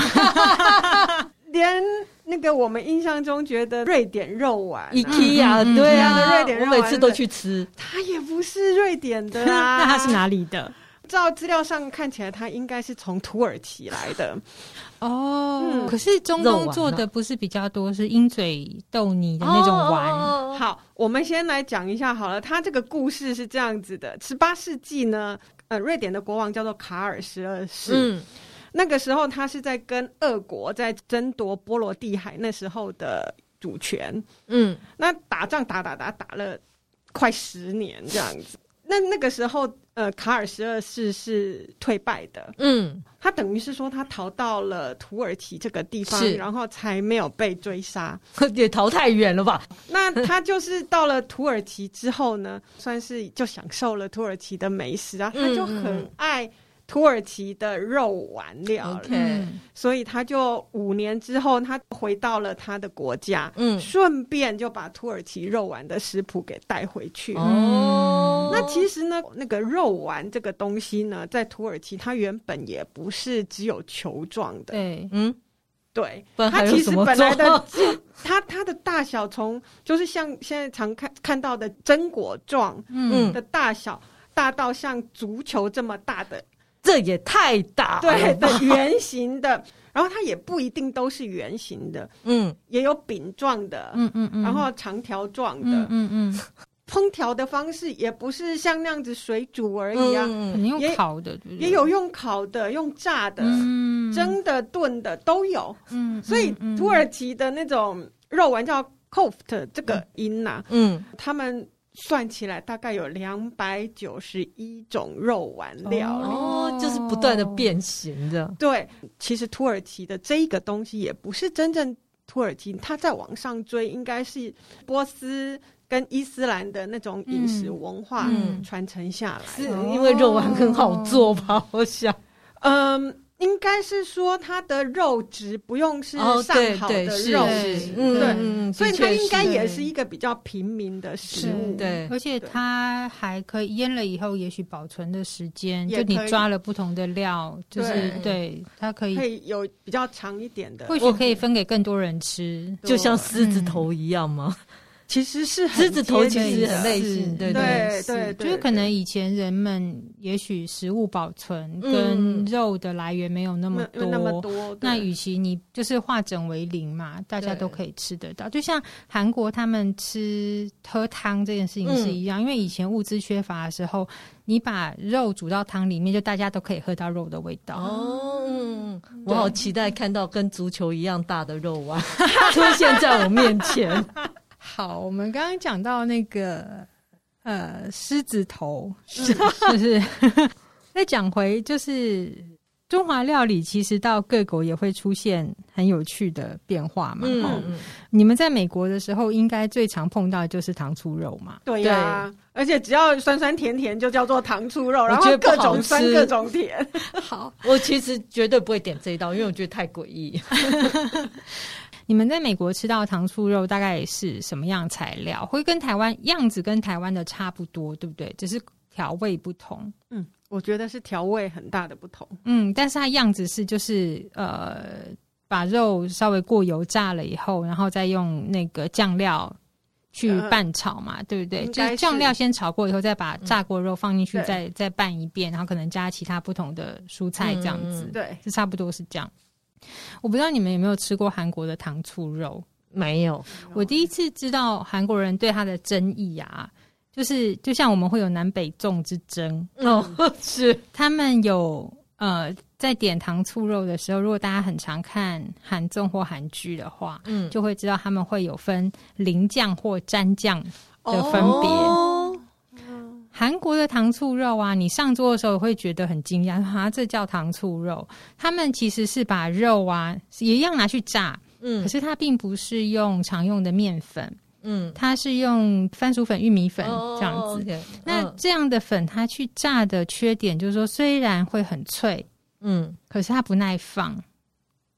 Speaker 3: 连那个我们印象中觉得瑞典肉丸啊、
Speaker 2: IKEA，、
Speaker 1: 嗯嗯嗯
Speaker 2: 对啊，
Speaker 3: 嗯瑞典肉
Speaker 2: 我
Speaker 3: 丸
Speaker 2: 每次都去吃。
Speaker 3: 它也不是瑞典的啊。
Speaker 1: 那它是？哪里的？
Speaker 3: 照资料上看起来，它应该是从土耳其来的。
Speaker 1: 哦
Speaker 3: 嗯
Speaker 1: 可是中
Speaker 2: 肉丸
Speaker 1: 东
Speaker 2: 啊
Speaker 1: 做的不是比较多，是鹰嘴豆泥的那种丸。
Speaker 2: 哦，
Speaker 3: 好，我们先来讲一下好了。它这个故事是这样子的：十八世纪呢，呃，瑞典的国王叫做卡尔十二世。
Speaker 2: 嗯
Speaker 3: 那个时候他是在跟俄国在争夺波罗的海那时候的主权。
Speaker 2: 嗯
Speaker 3: 那打仗打打打打了快十年这样子。那那个时候，呃，卡尔十二世是退败的，
Speaker 2: 嗯，
Speaker 3: 他等于是说他逃到了土耳其这个地方
Speaker 2: 是，
Speaker 3: 然后才没有被 追杀。
Speaker 2: 也逃太远了吧？
Speaker 3: 那他就是到了土耳其之 后呢，算是就享受了土耳其的美食啊，
Speaker 2: 嗯
Speaker 3: 他就很爱土耳其的肉丸料理
Speaker 2: OK
Speaker 1: 嗯
Speaker 3: 所以他就五年之后，他回到了他的国家，
Speaker 2: 嗯，
Speaker 3: 顺便就把土耳其肉丸的食谱给带回
Speaker 2: 嗯
Speaker 3: 去。
Speaker 2: 哦，
Speaker 3: 那其实呢，那个肉丸这个东西呢，在土耳其它原本也不是只有球状的，
Speaker 1: 对，
Speaker 2: 嗯，
Speaker 3: 对，
Speaker 2: 不然还有
Speaker 3: 它其
Speaker 2: 什
Speaker 3: 实
Speaker 2: 么
Speaker 3: 本来的
Speaker 2: 状
Speaker 3: 它它的大小从就是像现在常看看到的榛果状
Speaker 1: 嗯
Speaker 3: 的大小，大到像足球这么大的
Speaker 2: 这也太大了
Speaker 1: 哎
Speaker 3: 对
Speaker 2: 吧，
Speaker 3: 的圆形的，然后它也不一定都是圆形的，
Speaker 2: 嗯，
Speaker 3: 也有饼状的，
Speaker 1: 嗯嗯嗯，
Speaker 3: 然后长条状的。
Speaker 1: 嗯嗯嗯，
Speaker 3: 烹调的方式也不是像那样子水煮而已啊，
Speaker 1: 可能
Speaker 2: 嗯，
Speaker 1: 用
Speaker 3: 也
Speaker 1: 烤的，对不对
Speaker 3: 也有用烤的、用炸的、
Speaker 1: 嗯
Speaker 3: 蒸的、炖的都有。
Speaker 1: 嗯，
Speaker 3: 所以
Speaker 1: 嗯嗯
Speaker 3: 土耳其的那种肉丸叫 koft 这个音呐、
Speaker 2: 嗯，
Speaker 3: 他们算起来大概有两百九十一种肉丸料理。
Speaker 2: 哦，就是不断的变形的，
Speaker 3: 对，其实土耳其的这一个东西也不是真正土耳其，它在往上追，应该是波斯跟伊斯兰的那种饮食文化
Speaker 1: 嗯
Speaker 3: 传承下来
Speaker 2: 是
Speaker 3: 的。
Speaker 2: 因为肉丸很好做吧？我想，
Speaker 3: 嗯。应该是说它的肉质不用是
Speaker 2: 哦，
Speaker 3: 上
Speaker 2: 对
Speaker 3: 好
Speaker 2: 对
Speaker 3: 的
Speaker 2: 是，
Speaker 3: 肉
Speaker 1: 对
Speaker 3: 质，
Speaker 2: 嗯
Speaker 3: 对，
Speaker 2: 嗯，
Speaker 3: 所以
Speaker 2: 的
Speaker 3: 它
Speaker 2: 确
Speaker 3: 应该
Speaker 2: 是
Speaker 3: 也是一个比较平民的
Speaker 1: 是
Speaker 3: 食物。
Speaker 2: 对
Speaker 1: 而且它还可以腌了以后，也许保存的时间，就
Speaker 3: 也
Speaker 1: 你
Speaker 3: 可以
Speaker 1: 抓了不同的料，就是
Speaker 2: 对
Speaker 1: 对它可以
Speaker 3: 可，以有比较长一点的
Speaker 1: 或，许可以分给更多人吃。
Speaker 2: 就像狮子头一样吗？
Speaker 3: 其实是很
Speaker 2: 狮子头其
Speaker 3: 接近
Speaker 2: 实
Speaker 3: 的
Speaker 2: 很类似，对
Speaker 3: 对
Speaker 2: 对
Speaker 3: 对，
Speaker 1: 就是可能以前人们也许食物保存跟
Speaker 2: 嗯
Speaker 1: 肉的来源没有那么
Speaker 3: 没
Speaker 1: 多，
Speaker 3: 有那么多，
Speaker 1: 那
Speaker 3: 对
Speaker 1: 与其你就是化整为零嘛，大家
Speaker 2: 对
Speaker 1: 都可以吃得到。就像韩国他们吃喝汤这件事情是一样，因为以前物资缺乏的时候，你把肉煮到汤里面，就大家都可以喝到肉的味道。
Speaker 2: 哦，嗯嗯我好期待看到跟足球一样大的肉丸 出现在我面前。
Speaker 1: 好，我们刚刚讲到那个呃狮子 头，是不是？再讲回就是中华料理，其实到各国也会出现很有趣的变化嘛。
Speaker 2: 嗯
Speaker 1: 哦，
Speaker 2: 嗯
Speaker 1: 你们在美国的时候，应该最常碰到的就是糖醋肉嘛。
Speaker 3: 对呀、而且只要酸酸甜甜就叫做糖醋肉，
Speaker 2: 我
Speaker 3: 然
Speaker 2: 觉
Speaker 3: 后
Speaker 2: 得不
Speaker 3: 各
Speaker 2: 好
Speaker 3: 种酸
Speaker 2: 吃
Speaker 3: 各种甜，
Speaker 1: 好，
Speaker 2: 我其实绝对不会点这一道，因为我觉得太诡异。
Speaker 1: 你们在美国吃到的糖醋肉大概是什么样材料？会跟台湾样子跟台湾的差不多，对不对？只是调味不同。
Speaker 3: 嗯，我觉得是调味很大的不同。
Speaker 1: 嗯，但是它样子是就是呃，把肉稍微过油炸了以后，然后再用那个酱料去
Speaker 3: 呃
Speaker 1: 拌炒嘛，对不对？
Speaker 3: 应
Speaker 1: 就
Speaker 3: 该
Speaker 1: 是
Speaker 3: 是
Speaker 1: 酱料先炒过以后，再把炸过肉放进去，
Speaker 3: 对
Speaker 1: 再再拌一遍，然后可能加其他不同的蔬菜这样子，
Speaker 2: 嗯
Speaker 3: 对，
Speaker 1: 是差不多是这样。我不知道你们有没有吃过韩国的糖醋肉。
Speaker 2: 没有，
Speaker 1: 我第一次知道韩国人对它的争议啊，就是就像我们会有南北粽之争，
Speaker 2: 哦，是
Speaker 1: 他们有呃在点糖醋肉的时候，如果大家很常看韩综或韩剧的话，
Speaker 2: 嗯，
Speaker 1: 就会知道他们会有分淋酱或沾酱。的分别
Speaker 2: 哦
Speaker 1: 韩国的糖醋肉啊，你上桌的时候会觉得很惊讶，啊，这叫糖醋肉。他们其实是把肉啊也一样拿去炸，可
Speaker 2: 嗯
Speaker 1: 是它并不是用常用的面粉，
Speaker 2: 嗯，
Speaker 1: 它是用番薯粉、玉米粉
Speaker 2: 哦
Speaker 1: 这样子。
Speaker 2: ，OK，
Speaker 1: 那
Speaker 2: 嗯
Speaker 1: 这样的粉，它去炸的缺点就是说，虽然会很脆，
Speaker 2: 嗯
Speaker 1: 可是它不耐放，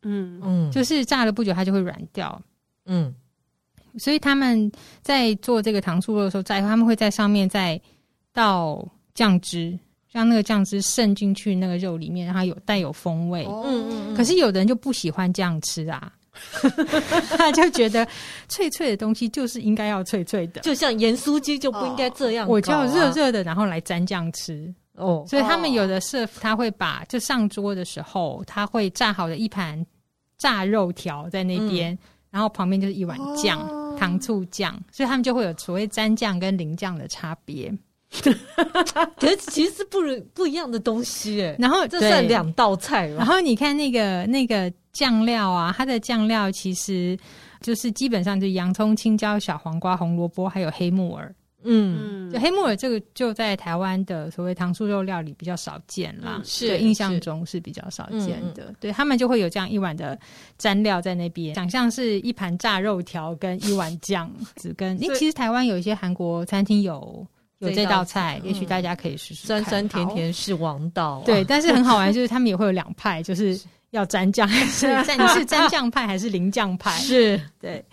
Speaker 3: 嗯，
Speaker 2: 嗯，
Speaker 1: 就是炸了不久它就会软掉。
Speaker 2: 嗯
Speaker 1: 所以他们在做这个糖醋肉的时候，在他们会在上面再倒酱汁，让那个酱汁渗进去那个肉里面，让它有带有风味。
Speaker 2: 嗯嗯
Speaker 1: 可是有的人就不喜欢这样吃啊， 他就觉得脆脆的东西就是应该要脆脆 的，
Speaker 2: 就像盐酥鸡就不应该这样搞
Speaker 1: 哦
Speaker 2: 啊，
Speaker 1: 我就要热热的，然后来沾酱吃。
Speaker 2: 哦，
Speaker 1: 所以他们有的 serve 他会把就上桌的时候，他会炸好的一盘炸肉条在那边，然后旁边就是一碗酱、
Speaker 3: 哦
Speaker 1: 糖醋酱，所以他们就会有所谓沾酱跟淋酱的差别。
Speaker 2: 可是其实是不如不一样的东西哎，
Speaker 1: 然后
Speaker 2: 这
Speaker 1: 对
Speaker 2: 算两道菜
Speaker 1: 然
Speaker 2: 吧？
Speaker 1: 后你看那个那个酱料啊，它的酱料其实就是基本上就是洋葱、青椒、小黄瓜、红萝卜，还有黑木耳。
Speaker 2: 嗯，
Speaker 3: 嗯
Speaker 1: 就黑木耳这个就在台湾的所谓糖醋肉料理比较少见啦，
Speaker 3: 嗯
Speaker 2: 是
Speaker 1: 对印
Speaker 2: 是
Speaker 1: 象中是嗯比较少见的。对他们就会有这样一碗的蘸料在那边，想象是一盘炸肉条跟一碗酱子跟。诶
Speaker 3: 所以
Speaker 1: 其实台湾有一些韩国餐厅有有
Speaker 2: 这
Speaker 1: 这
Speaker 2: 道
Speaker 1: 道菜，嗯
Speaker 2: 菜
Speaker 1: 也许大家可以试试看
Speaker 2: 酸酸甜。
Speaker 1: 好
Speaker 2: 甜是王道啊，
Speaker 1: 对，但是很好玩，就是他们也会有两派，就是要蘸酱还是蘸你是蘸酱派还 是淋酱派？
Speaker 2: 是
Speaker 1: 对，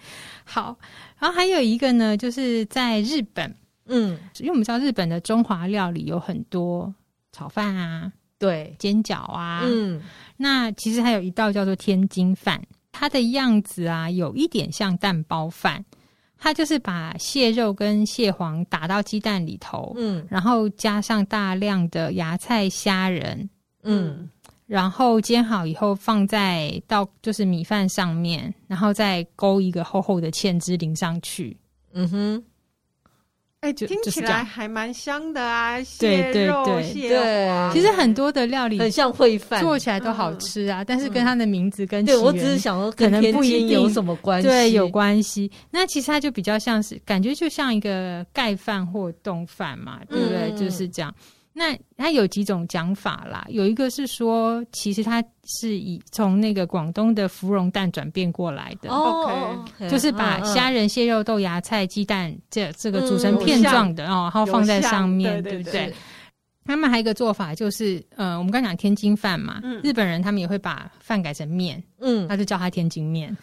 Speaker 1: 好。然后还有一个呢，就是在日本。
Speaker 2: 嗯，
Speaker 1: 因为我们知道日本的中华料理有很多炒饭啊、
Speaker 2: 对，
Speaker 1: 煎饺啊，
Speaker 2: 嗯
Speaker 1: 那其实还有一道叫做天津饭，它的样子啊有一点像蛋包饭，它就是把蟹肉跟蟹黄打到鸡蛋里头，
Speaker 2: 嗯
Speaker 1: 然后加上大量的芽菜、虾仁，
Speaker 2: 嗯，
Speaker 1: 然后煎好以后放在到就是米饭上面，然后再勾一个厚厚的芡汁淋上去。
Speaker 2: 嗯哼，
Speaker 3: 哎，
Speaker 1: 就
Speaker 3: 听
Speaker 1: 就是
Speaker 3: 起
Speaker 1: 这样
Speaker 3: 来还蛮香的啊，
Speaker 1: 对
Speaker 3: 蟹
Speaker 1: 对
Speaker 3: 肉、
Speaker 1: 对
Speaker 3: 蟹
Speaker 2: 对
Speaker 3: 黄，
Speaker 1: 其实很多的料理
Speaker 2: 嗯很像烩饭。嗯
Speaker 1: 做起来都好吃啊，但是跟它的名字跟起
Speaker 2: 对
Speaker 1: 源
Speaker 2: 我只是想说，
Speaker 1: 可
Speaker 2: 跟
Speaker 1: 能
Speaker 2: 天
Speaker 1: 不一
Speaker 2: 津
Speaker 1: 定
Speaker 2: 有什么关系？
Speaker 1: 对有关系。那其实它就比较像是感觉就像一个盖饭或冻饭嘛，对不对？
Speaker 2: 嗯
Speaker 1: 就是这样。那它有几种讲法啦，有一个是说，其实它是以从那个广东的芙蓉蛋转变过来的。
Speaker 2: 哦，OK，
Speaker 1: 就是把
Speaker 2: 嗯嗯
Speaker 1: 虾仁、蟹肉、豆芽菜、鸡蛋这这个煮成
Speaker 2: 嗯
Speaker 1: 片状的、哦，然后
Speaker 3: 有
Speaker 1: 放在
Speaker 3: 像
Speaker 1: 上面，
Speaker 3: 对对
Speaker 1: 不
Speaker 3: 对
Speaker 1: 对？他们还有一个做法就是，呃，我们刚讲天津饭嘛，
Speaker 3: 嗯
Speaker 1: 日本人他们也会把饭改成面，
Speaker 2: 嗯
Speaker 1: 他就叫它天津面。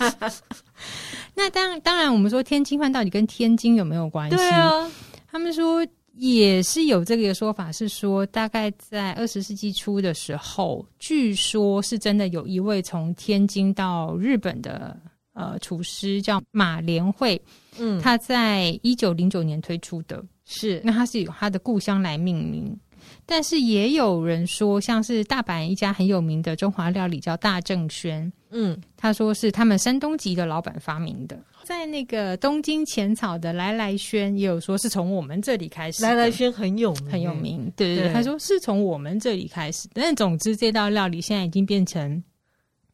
Speaker 1: 那当当然，我们说天津饭到底跟天津有没有关系？
Speaker 2: 对啊，
Speaker 1: 他们说也是有这个说法，是说大概在二十世纪初的时候，据说是真的有一位从天津到日本的呃厨师叫马连惠，
Speaker 2: 嗯，
Speaker 1: 他在一九零九年推出的，
Speaker 2: 是
Speaker 1: 那他是以他的故乡来命名。但是也有人说，像是大阪一家很有名的中华料理叫大正轩，
Speaker 2: 嗯
Speaker 1: 他说是他们山东籍的老板发明的。在那个东京浅草的来来轩也有说是从我们这里开始的，
Speaker 2: 来来轩很有名，
Speaker 1: 很有。名，对嗯对对。
Speaker 2: 对
Speaker 1: 他说是从我们这里开始，但总之这道料理现在已经变成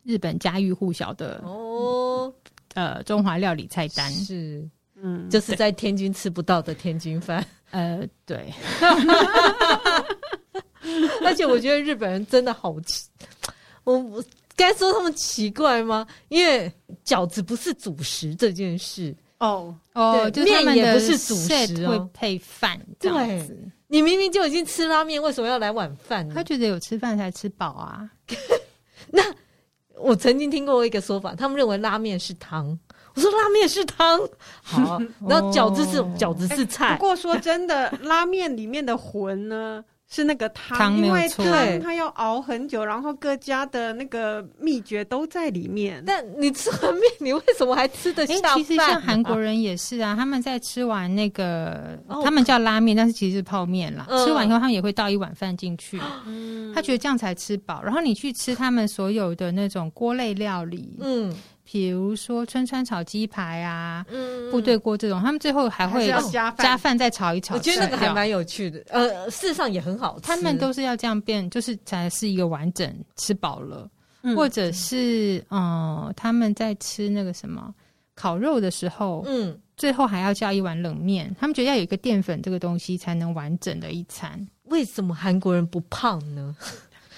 Speaker 1: 日本家喻户晓的、
Speaker 2: 哦，
Speaker 1: 呃中华料理菜单。
Speaker 2: 是，
Speaker 3: 嗯，
Speaker 2: 就是在天津吃不到的天 津饭，
Speaker 1: 呃，对，
Speaker 2: 而且我觉得日本人真的好奇，我我该说他们奇怪吗？因为饺子不是主食这件事，
Speaker 3: 哦，
Speaker 1: 哦，
Speaker 2: 对
Speaker 1: 就是他们
Speaker 2: 面也
Speaker 1: 的
Speaker 2: 不是主食
Speaker 1: set
Speaker 2: 哦
Speaker 1: 会配饭这样子。
Speaker 2: 你明明就已经吃拉面，为什么要来碗饭呢
Speaker 1: 他？觉得有吃饭才吃饱啊，
Speaker 2: 我曾经听过一个说法，他们认为拉面是汤。我说拉面是 汤，好，然后饺子是
Speaker 1: 哦
Speaker 2: 饺子是
Speaker 3: 不
Speaker 2: 菜，
Speaker 3: 过说真的，拉面里面的 魂呢是那个
Speaker 1: 汤
Speaker 3: 汤，
Speaker 1: 没
Speaker 3: 因
Speaker 1: 有
Speaker 3: 为
Speaker 1: 错
Speaker 2: 对
Speaker 3: 汤它要熬很久，然后各家的那个秘诀都在里面。
Speaker 2: 但你吃完面，你为什么还吃 得
Speaker 1: 哎、
Speaker 2: 下饭啊？
Speaker 1: 其实像韩国人也是啊，他们在吃完那个，
Speaker 2: 哦
Speaker 1: 他们叫拉面，但是其实是泡面啦。
Speaker 2: 嗯
Speaker 1: 吃完以后，他们也会倒一碗饭进去，
Speaker 3: 嗯
Speaker 1: 他觉得这样才吃饱。然后你去吃他们所有的那种锅类料理，
Speaker 2: 嗯
Speaker 1: 比如说川川炒鸡排啊、
Speaker 2: 嗯
Speaker 1: 部队锅这种，他们最后还
Speaker 3: 还
Speaker 1: 会哦
Speaker 3: 是要加饭
Speaker 1: 加饭再炒一炒。
Speaker 2: 我觉得那个
Speaker 1: 吃
Speaker 2: 还
Speaker 1: 掉
Speaker 2: 蛮有趣的，呃，事实上也很好吃。
Speaker 1: 他们都是要这样变，就是才是一个完整吃饱了，
Speaker 3: 嗯
Speaker 1: 或者是嗯、呃他们在吃那个什么烤肉的时候，
Speaker 2: 嗯，
Speaker 1: 最后还要加一碗冷面，他们觉得要有一个淀粉这个东西才能完整的一 餐。
Speaker 2: 为什么韩国人不胖 呢？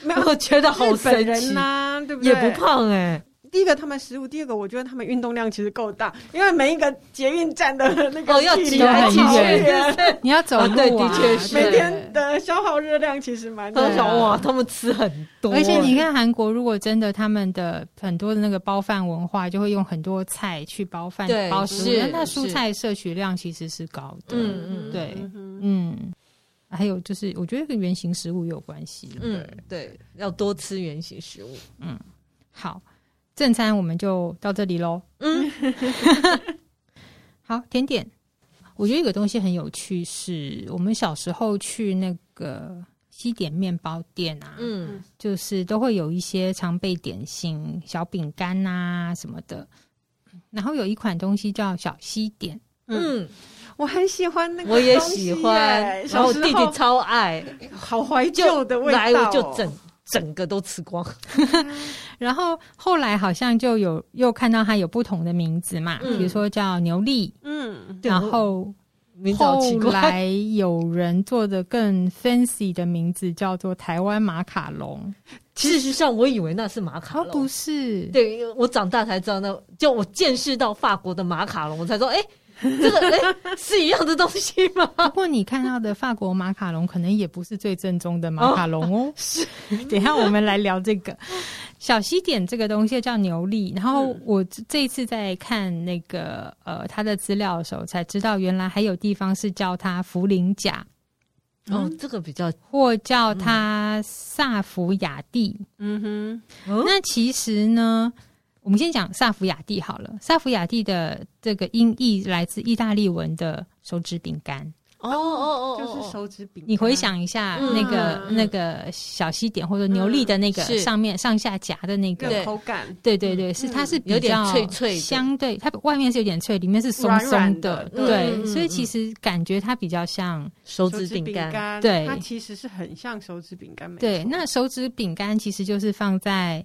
Speaker 3: 没有
Speaker 2: 我觉得好
Speaker 3: 日本
Speaker 2: 神奇，
Speaker 3: 人
Speaker 1: 啊
Speaker 3: 呐、对不对？
Speaker 2: 也不胖哎、
Speaker 3: 第一个他们食物，第二个我觉得他们运动量其实够大，因为每一个捷运站的那个
Speaker 2: 哦，要
Speaker 3: 距
Speaker 2: 挤
Speaker 3: 离
Speaker 2: 来
Speaker 3: 还
Speaker 1: 来
Speaker 2: 挤
Speaker 1: 挤
Speaker 3: 挺
Speaker 1: 去
Speaker 3: 远
Speaker 2: 去，
Speaker 1: 你要走路、啊
Speaker 2: 啊对的确是
Speaker 3: 每
Speaker 1: 对
Speaker 3: 天的消耗热量其实蛮
Speaker 2: 我
Speaker 1: 对啊
Speaker 2: 想哇，他们吃很多，
Speaker 1: 而且你看韩国，如果真的他们的很多的那个包饭文化，就会用很多菜去包饭
Speaker 2: 对
Speaker 1: 包食物
Speaker 2: 是，
Speaker 1: 那那蔬
Speaker 2: 是
Speaker 1: 菜摄取量其实是高的。
Speaker 2: 嗯嗯
Speaker 1: 对
Speaker 3: 嗯
Speaker 1: 嗯，还有就是，我觉得跟原型食物有关系。嗯，
Speaker 2: 嗯，对，要多吃原形食物。
Speaker 1: 好，正餐我们就到这里喽。
Speaker 2: 嗯，
Speaker 1: 好，甜点，我觉得有个东西很有趣是，我们小时候去那个西点面包店啊，
Speaker 2: 嗯
Speaker 1: 就是都会有一些常备点心、小饼干啊什么的。然后有一款东西叫小西点，
Speaker 2: 嗯，
Speaker 3: 我很喜欢那个，
Speaker 2: 我也喜欢，然后我弟弟超爱，
Speaker 3: 好怀旧
Speaker 2: 就
Speaker 3: 的味道、哦
Speaker 2: 来我就整。整个都吃光，
Speaker 1: 然后后来好像就有又看到它有不同的名字嘛，
Speaker 2: 嗯
Speaker 1: 比如说叫牛粒，
Speaker 3: 嗯，
Speaker 2: 对
Speaker 1: 然后
Speaker 2: 名字好奇
Speaker 1: 后
Speaker 2: 怪，
Speaker 1: 来有人做的更 fancy 的名字叫做台湾马卡龙，
Speaker 2: 事实上我以为那是马卡
Speaker 1: 而
Speaker 2: 龙，
Speaker 1: 不是
Speaker 2: 对，因为我长大才知道那，就我见识到法国的马卡龙，我才说，哎、这个哎、 是一样的东西吗？
Speaker 1: 不过你看到的法国马卡龙，可能也不是最正宗的马卡龙 哦。是，等一下我们来聊这个小西点这个东西叫牛粒。然后我这这一次在看那个呃它的资料的时候，才知道原来还有地方是叫它福林甲，
Speaker 3: 嗯
Speaker 2: 哦，这个比较，
Speaker 1: 或叫它萨福雅蒂。
Speaker 3: 嗯哼，
Speaker 2: 嗯
Speaker 1: 那其实呢，我们先讲萨福雅蒂好了。萨福雅蒂的这个音译来自意大利文的手指饼干。
Speaker 2: 哦哦哦，
Speaker 3: 就是手指饼干。啊
Speaker 1: 你回想一下
Speaker 2: 嗯
Speaker 1: 那个、
Speaker 3: 嗯
Speaker 1: 那个小西点或者牛力的那个
Speaker 2: 嗯是
Speaker 1: 上面上下夹的那
Speaker 3: 那
Speaker 1: 个，
Speaker 3: 个
Speaker 2: 对
Speaker 3: 口感，
Speaker 1: 对对对，是
Speaker 3: 嗯
Speaker 1: 它是比
Speaker 2: 有点
Speaker 1: 较
Speaker 2: 脆脆的
Speaker 1: 相对它外面是有点脆，里面是松
Speaker 3: 软软
Speaker 1: 松
Speaker 3: 的
Speaker 2: 嗯
Speaker 1: 对
Speaker 2: 嗯，嗯
Speaker 1: 所
Speaker 2: 嗯
Speaker 1: 以其实感觉它比较像
Speaker 2: 手
Speaker 3: 手
Speaker 2: 指饼干，
Speaker 3: 干，
Speaker 1: 对
Speaker 3: 它其实是很像手指饼干，没
Speaker 1: 对。
Speaker 3: 错
Speaker 1: 那手指饼干其实就是放在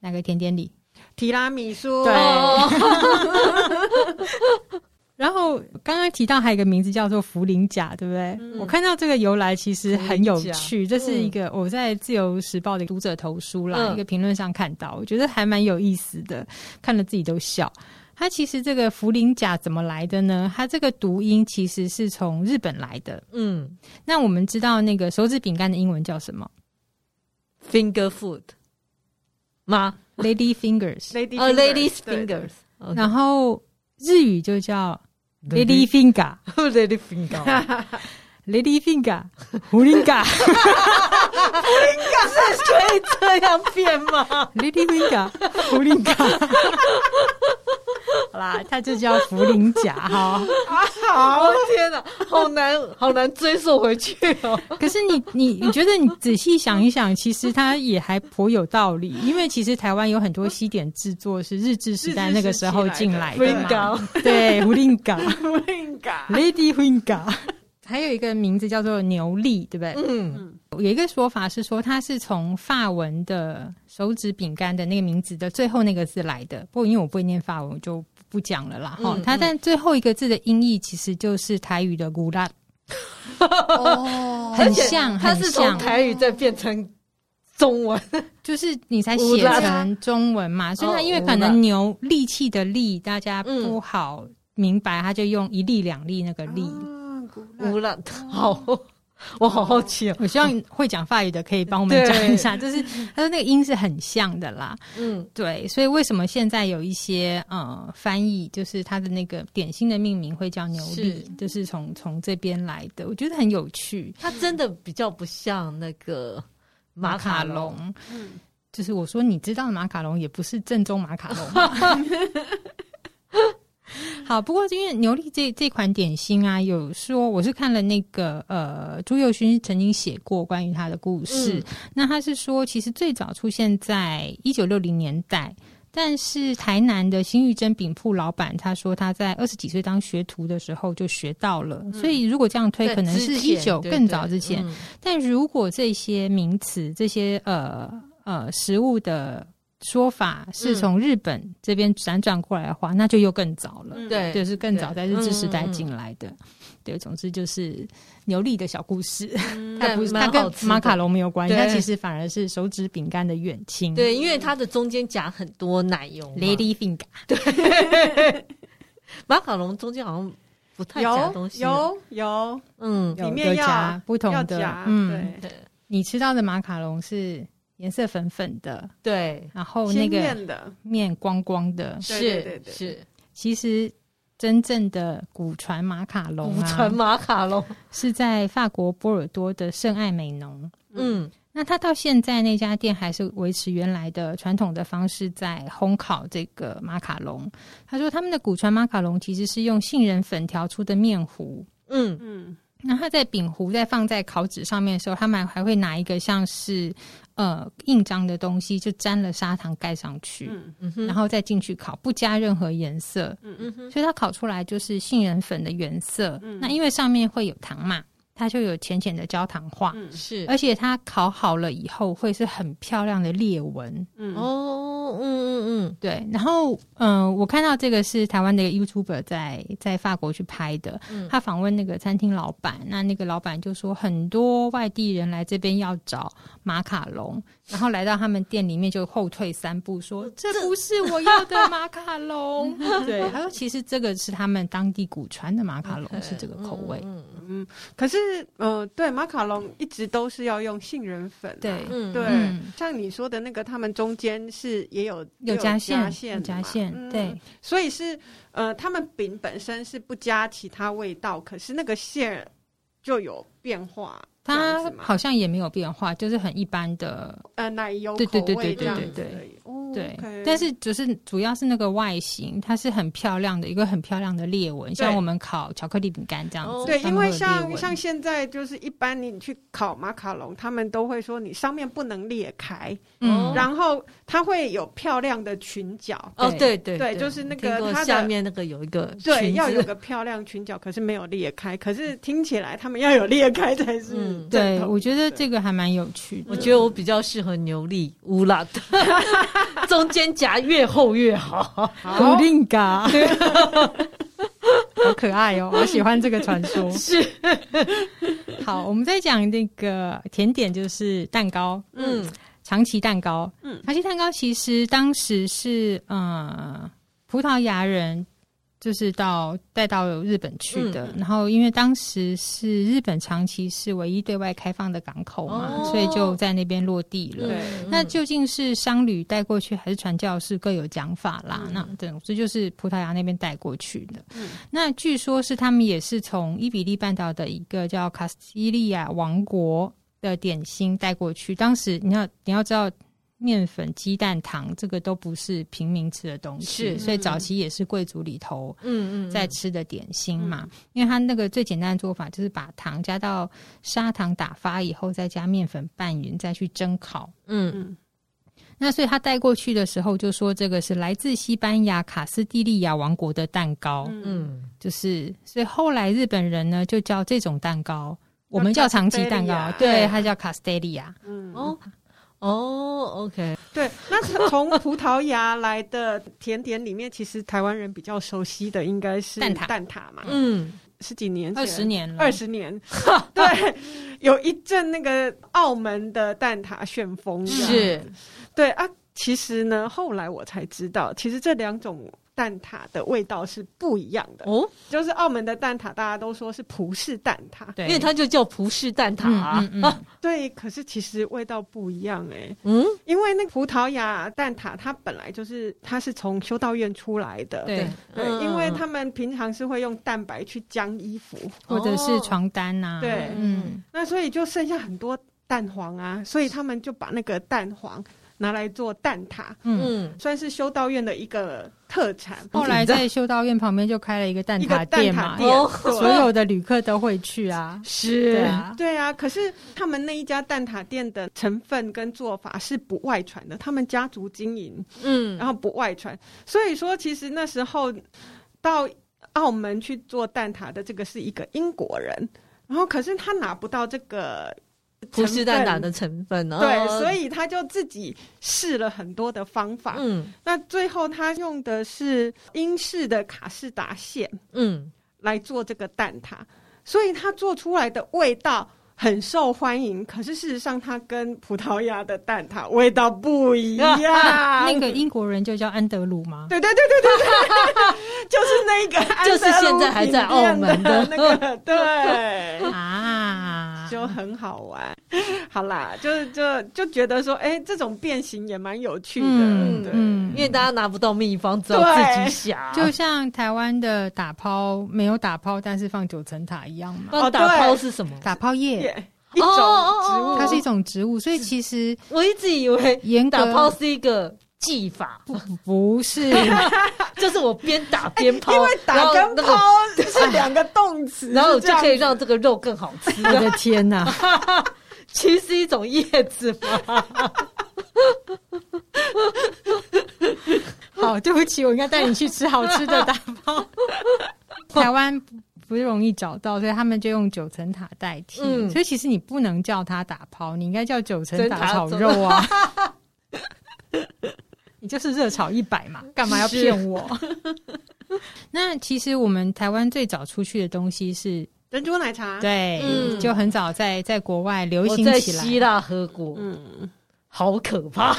Speaker 1: 哪个甜点里？
Speaker 3: 提拉米苏，
Speaker 1: 对
Speaker 2: 哦
Speaker 1: 然后刚刚提到还有一个名字叫做茯苓甲，对不对？
Speaker 3: 嗯
Speaker 1: 我看到这个由来其实很有趣，这是
Speaker 2: 嗯
Speaker 1: 一个我在《自由时报》的读者投书啦，
Speaker 2: 嗯
Speaker 1: 一个评论上看到，我觉得还蛮有意思的，看了自己都笑。它其实这个茯苓甲怎么来的呢？它这个读音其实是从日本来的。
Speaker 2: 嗯
Speaker 1: 那我们知道那个手指饼干的英文叫什么
Speaker 2: ，finger food 吗？
Speaker 1: ？Lady Fingers。
Speaker 3: ，Lady
Speaker 2: 哦
Speaker 3: Fingers，
Speaker 2: ，ladies
Speaker 3: 对对
Speaker 2: fingers，哦
Speaker 1: 然后日语就叫 Lady Finger。
Speaker 2: lady finger，
Speaker 1: Lady Finger，狐狸嘎
Speaker 2: 可以这样变吗？
Speaker 1: ，Lady Finger，狐狸嘎。 好啦，它就叫茯苓 夹哈。
Speaker 3: 啊
Speaker 2: 好天哪，好难，好难追溯回去 哦。
Speaker 1: 可是你你你觉得你仔细想一想，其实它也还颇有道理，因为其实台湾有很多西点制作是日治时代那个时候进来的
Speaker 3: 对日治时期来
Speaker 1: 嘛。
Speaker 2: finger，
Speaker 1: 对，狐狸嘎
Speaker 3: Fingers，
Speaker 1: ，Lady Finger，还有一个名字叫做牛力，对不对？
Speaker 2: 嗯，
Speaker 1: 有一个说法是说，它是从法文的手指饼干的那个名字的最后那个字来的。不过因为我不会念法文，我就不讲了啦。哈、
Speaker 2: 嗯
Speaker 1: 它
Speaker 2: 嗯
Speaker 1: 但最后一个字的音译其实就是台语的“古拉
Speaker 4: 哦
Speaker 1: 很像
Speaker 2: 而且它
Speaker 1: 很
Speaker 2: 是从
Speaker 1: 像
Speaker 2: 台语再变成中文，”，
Speaker 1: 就是你才
Speaker 2: 古
Speaker 1: 写
Speaker 2: 拉
Speaker 1: 成中文嘛。所以它因为
Speaker 2: 哦
Speaker 1: 可
Speaker 2: 古拉
Speaker 1: 能牛力气的力，大家
Speaker 2: 嗯
Speaker 1: 不好明白，它就用一粒两粒那个粒。
Speaker 2: 哦
Speaker 3: 啊
Speaker 2: 无了，好，我好好奇哦。
Speaker 1: 我希望会讲法语的可以帮我们
Speaker 2: 对
Speaker 1: 讲一下，就是它的那个音是很像的啦。
Speaker 2: 嗯
Speaker 1: 对，所以为什么现在有一些呃翻译，就是它的那个点心的命名会叫牛力，
Speaker 2: 是
Speaker 1: 就是从从这边来的，我觉得很有趣。
Speaker 2: 它真的比较不像那个马
Speaker 1: 卡
Speaker 2: 卡龙，，
Speaker 3: 嗯
Speaker 1: 就是我说你知道的马卡龙，也不是正宗马卡龙 嘛。好，不过因为牛力这这款点心啊，有说我是看了那个呃朱佑勋曾经写过关于他的故事，
Speaker 2: 嗯
Speaker 1: 那他是说其实最早出现在一九六零年代。但是台南的新玉珍饼铺老板他说他在二十几岁当学徒的时候就学到了，所以如果这样推，
Speaker 2: 在
Speaker 1: 可能
Speaker 2: 嗯之
Speaker 1: 是
Speaker 2: 前
Speaker 1: 一九
Speaker 2: 对
Speaker 1: 更
Speaker 2: 对
Speaker 1: 早之前。
Speaker 2: 嗯
Speaker 1: 但如果这些名词、这些呃呃食物的说法
Speaker 2: 嗯
Speaker 1: 是从日本这边辗转过来的话，那就又更早了，
Speaker 3: 嗯
Speaker 2: 对
Speaker 1: 就是更早
Speaker 2: 对嗯
Speaker 1: 在日治时代进来的。对，总之就是牛力的小故事，
Speaker 3: 嗯
Speaker 1: 它不是
Speaker 2: 蛮
Speaker 1: 它
Speaker 2: 好
Speaker 1: 跟
Speaker 2: 吃的
Speaker 1: 马卡龙没有关系，
Speaker 2: 对
Speaker 1: 它其实反而是手指饼干的远亲。
Speaker 2: 对，因为它的中间夹很多奶油嘛
Speaker 1: ，Lady Finger，
Speaker 2: 马卡龙中间好像不太夹东
Speaker 3: 有
Speaker 2: 西，，
Speaker 3: 有有，
Speaker 2: 嗯，
Speaker 1: 有
Speaker 3: 里面
Speaker 1: 有
Speaker 3: 要
Speaker 1: 夹不同
Speaker 3: 要
Speaker 1: 的
Speaker 3: 夹，
Speaker 1: 嗯
Speaker 3: 对，
Speaker 2: 对
Speaker 1: 你吃到的马卡龙是颜色粉粉的，
Speaker 2: 对，
Speaker 1: 然后哦那
Speaker 3: 鲜
Speaker 1: 个
Speaker 3: 艳的，
Speaker 1: 面光光的，
Speaker 3: 对对对
Speaker 2: 是
Speaker 3: 对
Speaker 2: 是
Speaker 1: 其实真正的古传马卡龙
Speaker 2: 五
Speaker 1: 啊
Speaker 2: 层，马卡龙，
Speaker 1: 是在法国波尔多的圣爱美浓。
Speaker 2: 嗯
Speaker 1: 那它到现在那家店还是维持原来的传统的方式，在烘烤这个马卡龙。他说他们的古传马卡龙其实是用杏仁粉调出的面糊，
Speaker 2: 嗯
Speaker 3: 嗯，
Speaker 1: 那它在饼糊在放在烤纸上面的时候，他们还会拿一个像是呃印章的东西，就沾了砂糖盖上去，
Speaker 3: 嗯
Speaker 2: 嗯哼，
Speaker 1: 然后再进去烤，不加任何颜色。
Speaker 2: 嗯哼，
Speaker 1: 所以它烤出来就是杏仁粉的原色。
Speaker 3: 嗯
Speaker 1: 那因为上面会有糖嘛，它就有浅浅的焦糖化，
Speaker 3: 嗯
Speaker 2: 是
Speaker 1: 而且它烤好了以后会是很漂亮的裂纹。
Speaker 3: 嗯哦，
Speaker 2: 哦，嗯嗯
Speaker 1: 对，然后嗯、呃我看到这个是台湾的一个 YouTuber 在在法国去拍的，
Speaker 2: 嗯
Speaker 1: 他访问那个餐厅老板，那那个老板就说很多外地人来这边要找马卡龙，然后来到他们店里面就后退三步说这不是我要的马卡龙，对，他说其实这个是他们当地古传的马卡龙
Speaker 2: 嗯，
Speaker 1: 是这个口味，
Speaker 2: 嗯
Speaker 3: 可是呃，对，马卡龙一直都是要用杏仁粉啊，
Speaker 1: 对，
Speaker 2: 嗯，
Speaker 3: 对
Speaker 1: 嗯，
Speaker 3: 像你说的那个，他们中间是也有
Speaker 1: 有
Speaker 3: 加
Speaker 1: 夹馅，有
Speaker 3: 线嗯
Speaker 1: 夹馅，对，，
Speaker 3: 所以是呃，他们饼本身是不加其他味道，可是那个馅儿就有变化，这样
Speaker 1: 它
Speaker 3: 子吗
Speaker 1: 好像也没有变化，就是很一般的
Speaker 3: 呃奶油
Speaker 1: 对对
Speaker 3: 口
Speaker 1: 对
Speaker 3: 味
Speaker 1: 对
Speaker 3: 这样
Speaker 2: 对
Speaker 3: 子
Speaker 1: 对
Speaker 3: 而已。哦
Speaker 1: 对
Speaker 3: OK
Speaker 1: 但是就是主要是那个外形，它是很漂亮的一个很漂亮的裂纹，像我们烤巧克力饼干这样
Speaker 2: 哦
Speaker 1: 子。
Speaker 3: 对，
Speaker 1: 它
Speaker 3: 因
Speaker 1: 们会有
Speaker 3: 为
Speaker 1: 裂
Speaker 3: 像
Speaker 1: 纹
Speaker 3: 像现在就是一般你去烤马卡龙，他们都会说你上面不能裂开，
Speaker 1: 嗯，
Speaker 3: 然后它会有漂亮的裙角，
Speaker 2: 哦，
Speaker 1: 对
Speaker 2: 对对
Speaker 3: 对就是那个
Speaker 2: 听过
Speaker 3: 它的
Speaker 2: 下面那个有一个
Speaker 3: 对，
Speaker 2: 裙
Speaker 3: 要
Speaker 2: 子
Speaker 3: 有个漂亮裙角，可是没有裂开，可是听起来他们要有裂开才是
Speaker 2: 嗯
Speaker 3: 正
Speaker 1: 对，
Speaker 3: 统
Speaker 1: 我觉得这个还蛮有趣的。
Speaker 2: 我觉得我比较适合牛力乌拉 的，中间夹越厚越好。
Speaker 3: 好
Speaker 1: 定嘎，好可爱哦！我喜欢这个传说。 是，好，我们再讲那个甜点，就是蛋糕，
Speaker 2: 嗯，
Speaker 1: 长崎蛋糕。
Speaker 3: 嗯
Speaker 1: 嗯，长崎蛋糕其实当时是呃葡萄牙人。就是到带到日本去的，然后因为当时是日本长崎是唯一对外开放的港口嘛，
Speaker 2: 哦
Speaker 1: 所以就在那边落地了。
Speaker 3: 对
Speaker 2: 嗯
Speaker 1: 那究竟是商旅带过去，还是传教士各有讲法啦？
Speaker 2: 嗯
Speaker 1: 那总之就是葡萄牙那边带过去的。
Speaker 3: 嗯
Speaker 1: 那据说是他们也是从伊比利半岛的一个叫卡斯西利亚王国的点心带过去。当时你要你要知道。面粉、鸡蛋、糖，这个都不是平民吃的东西，
Speaker 2: 是
Speaker 1: 所以早期也是贵族里头
Speaker 2: 嗯嗯，
Speaker 1: 在吃的点心嘛。
Speaker 2: 嗯
Speaker 1: 因为它那个最简单的做法就是把糖加到砂糖打发以后，再加面粉拌匀，再去蒸烤。
Speaker 2: 嗯
Speaker 3: 嗯
Speaker 1: 那所以他带过去的时候就说这个是来自西班牙卡斯蒂利亚王国的蛋糕，
Speaker 3: 嗯嗯，
Speaker 2: 嗯，
Speaker 1: 就是所以后来日本人呢就叫这种蛋糕，我们叫长崎蛋糕
Speaker 3: Castelia，
Speaker 1: 对，它叫啊卡斯蒂利亚。
Speaker 3: 嗯
Speaker 2: 哦哦，OK，
Speaker 3: 对，那是从葡萄牙来的甜点里面，其实台湾人比较熟悉的应该是
Speaker 1: 蛋挞
Speaker 3: 蛋挞嘛，
Speaker 2: 嗯，
Speaker 3: 十几年前，
Speaker 1: 二十年了，
Speaker 3: 二 十年，对，有一阵那个澳门的蛋挞旋风这样，
Speaker 2: 是
Speaker 3: 对啊。其实呢，后来我才知道，其实这两种蛋挞的味道是不一样的。
Speaker 2: 哦，
Speaker 3: 就是澳门的蛋挞，大家都说是葡式蛋挞，
Speaker 1: 对，
Speaker 2: 因为它就叫葡式蛋挞
Speaker 1: 嗯
Speaker 2: 啊。
Speaker 1: 嗯嗯
Speaker 3: 对，可是其实味道不一样哎、
Speaker 2: 嗯，
Speaker 3: 因为那个葡萄牙蛋挞，它本来就是它是从修道院出来的，
Speaker 1: 对，
Speaker 3: 对，
Speaker 2: 嗯
Speaker 3: 因为他们平常是会用蛋白去浆衣服，
Speaker 1: 或者是床单呐，
Speaker 3: 对
Speaker 1: 嗯，
Speaker 3: 那所以就剩下很多蛋黄啊，所以他们就把那个蛋黄拿来做蛋挞，
Speaker 1: 嗯。
Speaker 2: 嗯，
Speaker 3: 算是修道院的一个特产。
Speaker 1: 后来在修道院旁边就开了一个蛋
Speaker 3: 一个
Speaker 1: 挞
Speaker 3: 蛋
Speaker 1: 店
Speaker 3: 挞
Speaker 1: 嘛，
Speaker 3: 店，
Speaker 2: 哦
Speaker 3: 对
Speaker 1: 所有的旅客都会去啊。对
Speaker 2: 是
Speaker 1: 啊，
Speaker 3: 对啊，可是他们那一家蛋挞店的成分跟做法是不外传的，他们家族经营，
Speaker 2: 嗯
Speaker 3: 然后不外传，所以说其实那时候到澳门去做蛋挞的这个是一个英国人，然后可是他拿不到这个
Speaker 2: 葡式蛋挞
Speaker 3: 成分。
Speaker 2: 的成分哦，
Speaker 3: 对，所以他就自己试了很多的方法。
Speaker 2: 嗯
Speaker 3: 那最后他用的是英式的卡士达馅，
Speaker 2: 嗯
Speaker 3: 来做这个蛋挞，所以它做出来的味道很受欢迎。可是事实上，它跟葡萄牙的蛋挞味道不一样。
Speaker 1: 那个英国人就叫安德鲁吗？
Speaker 3: 对对对对对对，就是那个安德鲁
Speaker 2: 就是现在还在澳门的
Speaker 3: 品店的那个，对，
Speaker 1: 啊，
Speaker 3: 就很好玩。好啦，就就就觉得说，哎、这种变形也蛮有趣的。
Speaker 1: 嗯
Speaker 3: 对，
Speaker 1: 嗯
Speaker 2: 因为大家拿不到秘方，只好自
Speaker 3: 对
Speaker 2: 己想，
Speaker 1: 就像台湾的打抛没有打抛，但是放九层塔一样嘛。
Speaker 2: 帮
Speaker 3: 哦
Speaker 2: 打
Speaker 3: 对
Speaker 2: 抛是什么？
Speaker 1: 打抛叶，
Speaker 3: 也一种
Speaker 2: 哦
Speaker 3: 植
Speaker 2: 哦
Speaker 3: 物，
Speaker 1: 它是一种植物，所以其实
Speaker 2: 我一直以为
Speaker 1: 严格
Speaker 2: 打抛是一个技法，
Speaker 1: 不是
Speaker 2: 就是我边打边抛，
Speaker 3: 因为
Speaker 2: 然
Speaker 3: 打
Speaker 2: 后
Speaker 3: 跟
Speaker 2: 那个
Speaker 3: 抛是两个动词，
Speaker 2: 然后
Speaker 3: 是这
Speaker 2: 就
Speaker 3: 样
Speaker 2: 可以让这个肉更好吃。
Speaker 1: 我的天哪！
Speaker 2: 其实是一种叶子嘛，
Speaker 1: 好，对不起，我应该带你去吃好吃 的打抛。台湾不不容易找到，所以他们就用九层塔代替。
Speaker 2: 嗯
Speaker 1: 所以其实你不能叫它打抛，你应该叫九层
Speaker 2: 真塔
Speaker 1: 塔炒肉啊。 你就是热炒一百嘛，干嘛要骗我？ 那其实我们台湾最早出去的东西是，
Speaker 3: 珍珠奶茶。
Speaker 1: 对，
Speaker 2: 嗯
Speaker 1: 就很早在在国外流
Speaker 2: 我
Speaker 1: 行
Speaker 2: 在
Speaker 1: 起来。
Speaker 2: 希腊喝过，
Speaker 3: 嗯，
Speaker 2: 好可怕，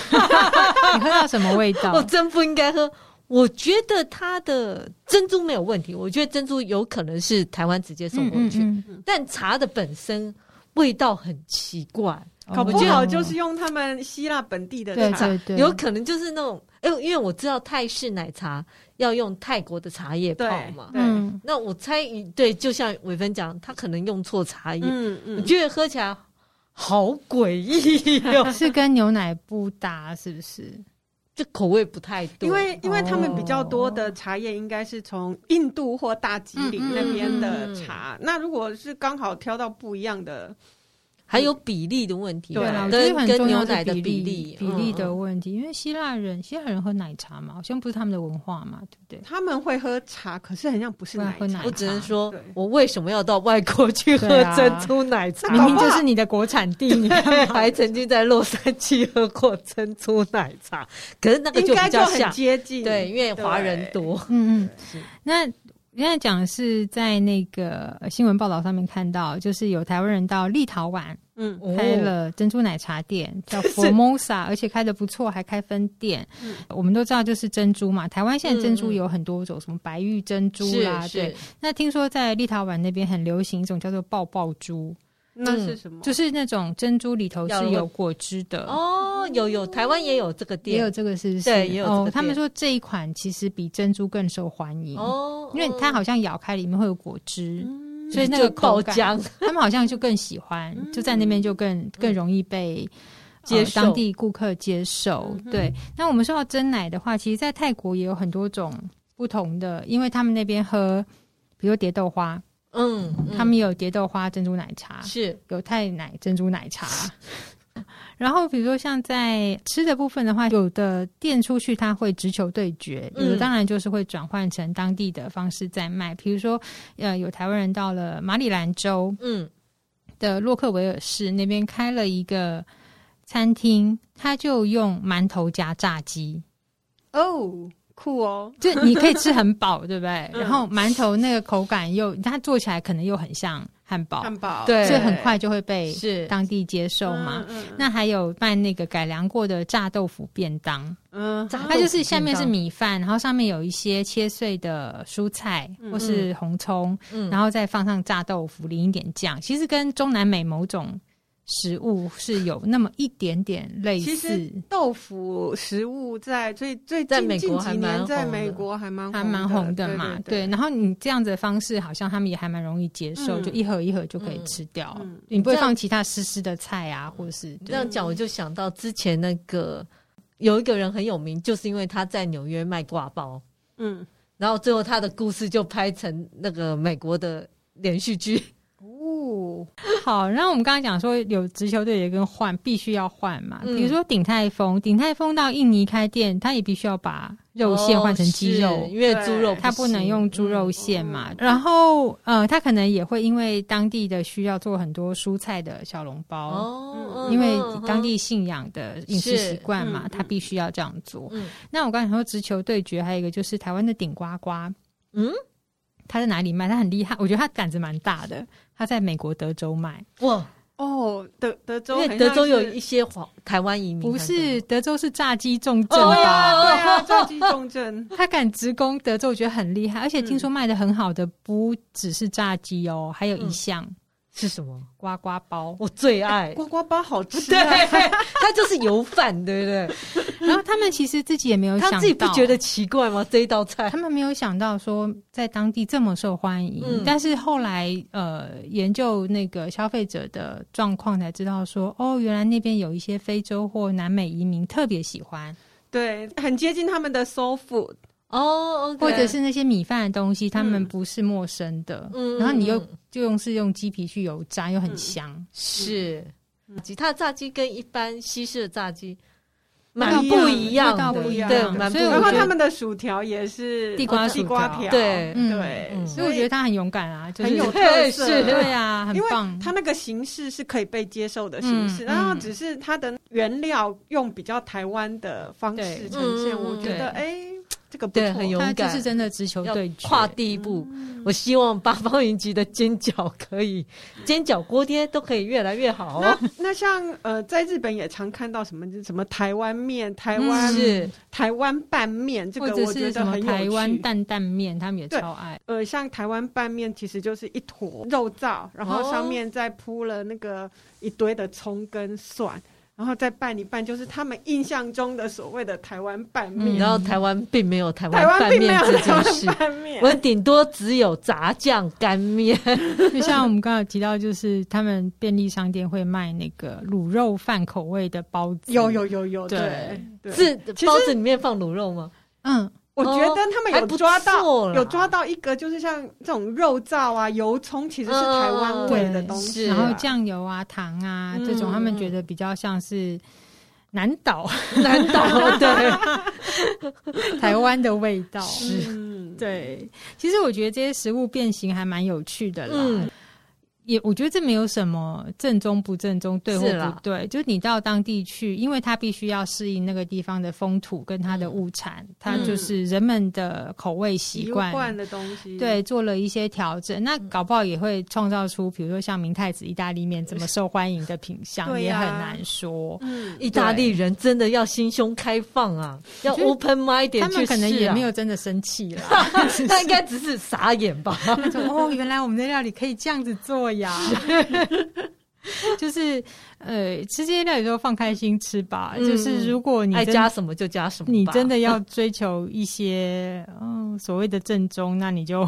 Speaker 1: 你喝到什么味
Speaker 2: 我
Speaker 1: 道？
Speaker 2: 真不应该喝。我觉得它的珍珠没有问题，我觉得珍珠有可能是台湾直接送过去，
Speaker 1: 嗯嗯
Speaker 2: 但茶的本身味道很奇怪，
Speaker 1: 嗯
Speaker 3: 搞不
Speaker 1: 我觉得
Speaker 3: 好就是用他们希腊本地的
Speaker 1: 对
Speaker 3: 茶，
Speaker 1: 对对，
Speaker 2: 有可能就是那种，哎、因为我知道泰式奶茶要用泰国的茶叶泡
Speaker 3: 对
Speaker 2: 嘛，
Speaker 3: 对，
Speaker 1: 嗯
Speaker 2: 那我猜疑对，就像伟芬讲，他可能用错茶叶，
Speaker 3: 嗯
Speaker 2: 我
Speaker 3: 嗯，
Speaker 2: 觉得喝起来好诡异哟、哦
Speaker 1: 是跟牛奶不搭，是不是？
Speaker 2: 就口味不太对，
Speaker 3: 因为因为他们比较多的茶叶应该是从印度或大吉岭那边的茶，
Speaker 1: 哦
Speaker 3: 那如果是刚好挑到不一样的，
Speaker 2: 还有比例的问题吧，
Speaker 1: 对啊啦，我觉得
Speaker 2: 跟
Speaker 1: 很
Speaker 2: 跟
Speaker 1: 重要
Speaker 2: 牛
Speaker 1: 是
Speaker 2: 奶的
Speaker 1: 比
Speaker 2: 例，
Speaker 1: 比例
Speaker 2: 嗯
Speaker 1: 的问题，因为希腊人希腊人喝奶茶嘛，好像不是他们的文化嘛，对不对？
Speaker 3: 他们会喝茶，可是很像不是奶
Speaker 1: 会喝奶
Speaker 3: 茶
Speaker 2: 我。只能说
Speaker 3: 对，
Speaker 2: 我为什么要到外国去喝
Speaker 1: 对啊
Speaker 2: 珍珠奶茶？
Speaker 1: 明明 就是你的国产地，你干嘛
Speaker 2: 还曾经在洛杉矶喝过珍珠奶茶，可是那个
Speaker 3: 应该
Speaker 2: 比
Speaker 3: 就
Speaker 2: 较
Speaker 3: 很
Speaker 2: 像，
Speaker 3: 接近，
Speaker 2: 对，因为华人多，
Speaker 1: 嗯嗯， 那现在讲的是在那个呃新闻报道上面看到，就是有台湾人到立陶宛
Speaker 2: 哦
Speaker 3: 嗯，
Speaker 1: 开了珍珠奶茶店， 叫 Formosa，而且开的不错，还开分店。
Speaker 3: 嗯
Speaker 1: 我们都知道就是珍珠嘛，台湾现在珍珠
Speaker 2: 嗯嗯
Speaker 1: 有很多种，什么白玉珍珠
Speaker 2: 是
Speaker 1: 啦，对
Speaker 2: 是。，
Speaker 1: 那听说在立陶宛那边很流行一种叫做爆爆珠，
Speaker 3: 那是什么？
Speaker 1: 就是那种珍珠里头
Speaker 2: 要
Speaker 1: 是有果汁的。
Speaker 2: 哦，有有，台湾也有这个
Speaker 1: 也有
Speaker 2: 店，
Speaker 1: 这个是不是？
Speaker 2: 对也有这个
Speaker 1: 哦。他们
Speaker 2: 店
Speaker 1: 说这一款其实比珍珠更受欢迎嗯
Speaker 2: 哦，嗯
Speaker 1: 因为它好像咬开里面会有果汁，
Speaker 3: 嗯
Speaker 1: 所以那
Speaker 2: 就
Speaker 1: 个
Speaker 2: 爆
Speaker 1: 口感，
Speaker 2: 浆，
Speaker 1: 他们好像就更喜欢，就在那边就更更容易被。呃
Speaker 2: 接受
Speaker 1: 当地顾客接受，对。那我们说到真奶的话，其实，在泰国也有很多种不同的，因为他们那边喝，比如蝶豆花，
Speaker 2: 嗯，嗯
Speaker 1: 他们也有蝶豆花珍珠奶茶，
Speaker 2: 是
Speaker 1: 有泰奶珍珠奶茶。 然后比如说像在吃的部分的话，有的店出去它会直球对决，有的
Speaker 2: 嗯
Speaker 1: 当然就是会转换成当地的方式在卖。比如说，呃，有台湾人到了马里兰州
Speaker 2: 嗯，
Speaker 1: 的洛克维尔市那边开了一个餐厅，他就用馒头夹炸鸡，
Speaker 3: 哦，酷哦，
Speaker 1: 就你可以吃很饱， 对不对？然后馒头那个口感又，它做起来可能又很像汉堡，
Speaker 3: 汉堡
Speaker 2: 对
Speaker 1: 所以很快就会被
Speaker 2: 是
Speaker 1: 当地接受嘛。
Speaker 3: 嗯嗯
Speaker 1: 那还有卖那个改良过的炸豆腐便当，
Speaker 3: 嗯，
Speaker 2: 炸
Speaker 1: 它就是下面是米饭，然后上面有一些切碎的蔬菜
Speaker 3: 嗯
Speaker 1: 或是红葱，
Speaker 2: 嗯，
Speaker 1: 然后再放上炸豆腐，淋一点酱。其实跟中南美某种食物是有那么一点点类
Speaker 3: 其
Speaker 1: 似
Speaker 3: 实，豆腐食物在最最
Speaker 2: 在
Speaker 3: 近
Speaker 2: 美国
Speaker 3: 近
Speaker 2: 还
Speaker 3: 几
Speaker 2: 蛮
Speaker 3: 年在
Speaker 2: 红
Speaker 3: 美
Speaker 2: 的
Speaker 3: 国还蛮
Speaker 1: 还蛮红的
Speaker 3: 对
Speaker 1: 嘛。
Speaker 3: 对，
Speaker 1: 然后你这样子的方式，好像他们也还蛮容易接受，
Speaker 3: 嗯
Speaker 1: 就一盒一盒就可以吃掉，
Speaker 3: 嗯嗯
Speaker 1: 你不会
Speaker 2: 这样
Speaker 1: 放其他湿湿的菜啊，或是
Speaker 2: 这样讲，我就想到之前那个有一个人很有名，就是因为他在纽约卖挂包，
Speaker 3: 嗯，
Speaker 2: 然后最后他的故事就拍成那个美国的连续剧，
Speaker 3: 哦，
Speaker 1: 好，然后我们刚刚讲说有直球对决跟换，必须要换嘛。
Speaker 2: 嗯
Speaker 1: 比如说鼎泰丰，鼎泰丰到印尼开店，他也必须要把肉馅换成鸡肉，
Speaker 2: 哦是因为猪肉
Speaker 3: 对
Speaker 1: 他不能
Speaker 2: 行
Speaker 1: 用猪肉馅嘛。
Speaker 3: 嗯
Speaker 1: 然后呃，他可能也会因为当地的需要做很多蔬菜的小笼包。
Speaker 2: 哦，
Speaker 1: 因为
Speaker 2: 嗯
Speaker 1: 当地信仰的饮食
Speaker 2: 是
Speaker 1: 习惯嘛，
Speaker 3: 嗯嗯
Speaker 1: 他必须要这样做。
Speaker 2: 嗯
Speaker 1: 那我刚才说直球对决，还有一个就是台湾的顶呱呱，
Speaker 2: 嗯，
Speaker 1: 他在哪里卖？他很厉害，我觉得他胆子蛮大的。他在美国德州卖，
Speaker 2: 哇，
Speaker 3: 哦，德德
Speaker 2: 因
Speaker 3: 州
Speaker 2: 为
Speaker 3: 很
Speaker 2: 德
Speaker 3: 像
Speaker 2: 州有
Speaker 3: 是
Speaker 2: 一些华台湾移民，
Speaker 1: 不是，德州是炸鸡重镇
Speaker 2: 哦
Speaker 1: 吧？
Speaker 3: 对
Speaker 2: 呀，
Speaker 3: 啊，超级重症
Speaker 1: 他敢直攻德州，我觉得很厉害。而且听
Speaker 2: 嗯
Speaker 1: 说卖的很好的不只是炸鸡哦，还有一
Speaker 2: 嗯
Speaker 1: 项
Speaker 2: 是什么？
Speaker 1: 呱呱 包。
Speaker 2: 我最爱，
Speaker 3: 呱呱包好吃、
Speaker 2: 对
Speaker 3: 啊，，
Speaker 2: 他就是油饭，对不对？
Speaker 1: 然后他们其实自己也没有想到，
Speaker 2: 他自己不觉得奇怪吗？这一道菜
Speaker 1: 他，们没有想到说在当地这么受欢迎，
Speaker 2: 嗯
Speaker 1: 但是后来呃研究那个消费者的状况才知道说，哦，原来那边有一些非洲或南美移民特别喜欢，
Speaker 3: 对，很接近他们的 soul food，
Speaker 2: 哦，OK
Speaker 1: 或者是那些米饭的东西，他们
Speaker 3: 嗯
Speaker 1: 不是陌生的，
Speaker 2: 嗯
Speaker 1: 然后你又
Speaker 2: 嗯
Speaker 1: 就用是用鸡皮去油炸，
Speaker 3: 嗯
Speaker 1: 又很香。
Speaker 2: 是，吉他炸鸡跟一般西式的炸鸡
Speaker 3: 味
Speaker 2: 蛮
Speaker 3: 道
Speaker 2: 不一样
Speaker 1: 味道
Speaker 2: 的，
Speaker 1: 不
Speaker 3: 一样
Speaker 2: 对，蛮不
Speaker 1: 所
Speaker 2: 一
Speaker 1: 以我
Speaker 3: 然后
Speaker 1: 觉
Speaker 2: 样
Speaker 1: 得
Speaker 3: 他
Speaker 2: 的。
Speaker 3: 们的薯条也是哦
Speaker 1: 地瓜
Speaker 3: 地
Speaker 1: 薯
Speaker 3: 瓜
Speaker 1: 条
Speaker 3: 条，
Speaker 2: 对
Speaker 1: 嗯
Speaker 3: 对、
Speaker 2: 嗯
Speaker 1: 所以我觉得他很勇敢啊，就是
Speaker 3: 很有
Speaker 2: 对
Speaker 3: 特
Speaker 2: 是
Speaker 3: 色，
Speaker 1: 对啊，很
Speaker 3: 因为
Speaker 1: 棒。
Speaker 3: 它那个形式是可以被接受的形式，
Speaker 1: 嗯
Speaker 3: 然后
Speaker 1: 嗯
Speaker 3: 只是它的原料用比较台湾的方
Speaker 1: 对
Speaker 3: 式呈现，
Speaker 2: 嗯
Speaker 3: 我觉得
Speaker 1: 对
Speaker 3: 哎、这个不
Speaker 2: 对
Speaker 3: 错，
Speaker 2: 很有
Speaker 1: 他
Speaker 2: 勇
Speaker 1: 就
Speaker 2: 敢
Speaker 1: 是真的直球
Speaker 2: 要
Speaker 1: 对决，
Speaker 2: 跨第一步，嗯
Speaker 3: 嗯
Speaker 2: 我希望八方云集的煎饺可以，煎饺锅贴都可以越来越好哦
Speaker 3: 那。那像呃，在日本也常看到什么什么台湾面、台
Speaker 1: 那
Speaker 3: 湾、
Speaker 1: 嗯
Speaker 2: 是，
Speaker 3: 台湾拌面，这
Speaker 1: 或
Speaker 3: 个
Speaker 1: 者
Speaker 3: 我觉
Speaker 1: 是
Speaker 3: 得
Speaker 1: 什么
Speaker 3: 很
Speaker 1: 台
Speaker 3: 有
Speaker 1: 湾
Speaker 3: 趣。
Speaker 1: 担担面，他们也
Speaker 3: 对
Speaker 1: 超爱。
Speaker 3: 呃，像台湾拌面其实就是一坨肉燥，然后
Speaker 2: 哦
Speaker 3: 上面再铺了那个一堆的葱跟蒜，然后再拌一拌，就是他们印象中的所谓的台湾拌
Speaker 2: 嗯
Speaker 3: 面。
Speaker 2: 然后台湾并没有台
Speaker 3: 台
Speaker 2: 湾
Speaker 3: 湾
Speaker 2: 拌
Speaker 3: 并没
Speaker 2: 面
Speaker 3: 有
Speaker 2: 这
Speaker 3: 台
Speaker 2: 件
Speaker 3: 湾
Speaker 2: 事，
Speaker 3: 拌面，
Speaker 2: 我顶多只有炸酱干面。
Speaker 1: 就像我们刚刚有提到，就是他们便利商店会卖那个卤肉饭口味的包子，
Speaker 3: 有有有有，
Speaker 1: 对
Speaker 3: 对 对，
Speaker 2: 是
Speaker 3: 其实
Speaker 2: 包子里面放卤肉吗？
Speaker 1: 嗯，
Speaker 3: 我觉得他们
Speaker 2: 哦还
Speaker 3: 有
Speaker 2: 不
Speaker 3: 抓到、
Speaker 2: 错啦
Speaker 3: 有抓到一个，就是像这种肉燥啊、油葱，其实是台湾味的东西、
Speaker 2: 是嗯嗯嗯
Speaker 1: 然后酱油啊、糖啊
Speaker 3: 嗯
Speaker 1: 这种，他们
Speaker 3: 嗯
Speaker 1: 觉得比较像是南岛
Speaker 2: 难 道对？
Speaker 1: 台湾的味道。
Speaker 3: 是，
Speaker 1: 对，其实我觉得这些食物变形还蛮有趣的啦。
Speaker 2: 嗯
Speaker 1: 也我觉得这没有什么正宗不正宗，对或
Speaker 2: 是啦
Speaker 1: 不对。就是你到当地去，因为它必须要适应那个地方的风土跟它的物产，它就是人们的口味习
Speaker 3: 嗯习
Speaker 1: 惯。
Speaker 3: 惯的东
Speaker 2: 嗯
Speaker 3: 西，
Speaker 1: 对，做了一些调整，那搞不好也会创造出，比如说像明太子意大利面这么受欢迎的品相，
Speaker 3: 对
Speaker 1: 也
Speaker 3: 呀
Speaker 1: 很难说。
Speaker 3: 嗯，
Speaker 2: 意大利人真的要心胸开放啊，要
Speaker 1: 我觉得
Speaker 2: open mind 点
Speaker 1: 他
Speaker 2: 去
Speaker 1: 们可能
Speaker 2: 试啊
Speaker 1: 也没有，真的生气 啦，
Speaker 2: 那应该只是傻眼吧？
Speaker 1: 那种哦，原来我们的料理可以这样子做呀。 就是呃，吃这些料理都放开心吃吧。
Speaker 2: 嗯
Speaker 1: 就是如果 你
Speaker 2: 爱
Speaker 1: 真
Speaker 2: 加什么就加什么吧。
Speaker 1: 你真的要追求一些嗯、所谓的正宗，那你就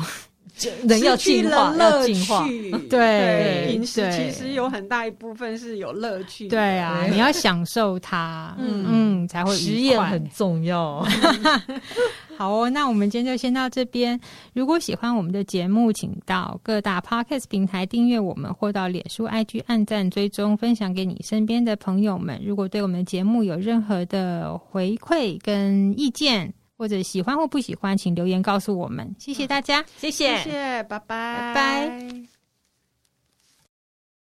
Speaker 2: 人要进化，要进化。
Speaker 3: 对
Speaker 1: 对
Speaker 3: 饮食
Speaker 1: 对
Speaker 3: 其实有很大一部分是有乐趣的，
Speaker 1: 对啊，
Speaker 2: 对
Speaker 1: 你要享受它，
Speaker 3: 嗯
Speaker 1: 嗯嗯，才会愉
Speaker 2: 实验
Speaker 1: 快
Speaker 2: 很重要，
Speaker 1: 好哦，那我们今天就先到这边。如果喜欢我们的节目，请到各大 podcast 平台订阅我们，或到脸书、IG 按赞、追踪、分享给你身边的朋友们。如果对我们的节目有任何的回馈跟意见，或者喜欢或不喜欢，请留言告诉我们。谢谢大家。
Speaker 2: 谢谢
Speaker 3: 谢谢，拜
Speaker 1: 拜
Speaker 3: 拜，
Speaker 1: 拜。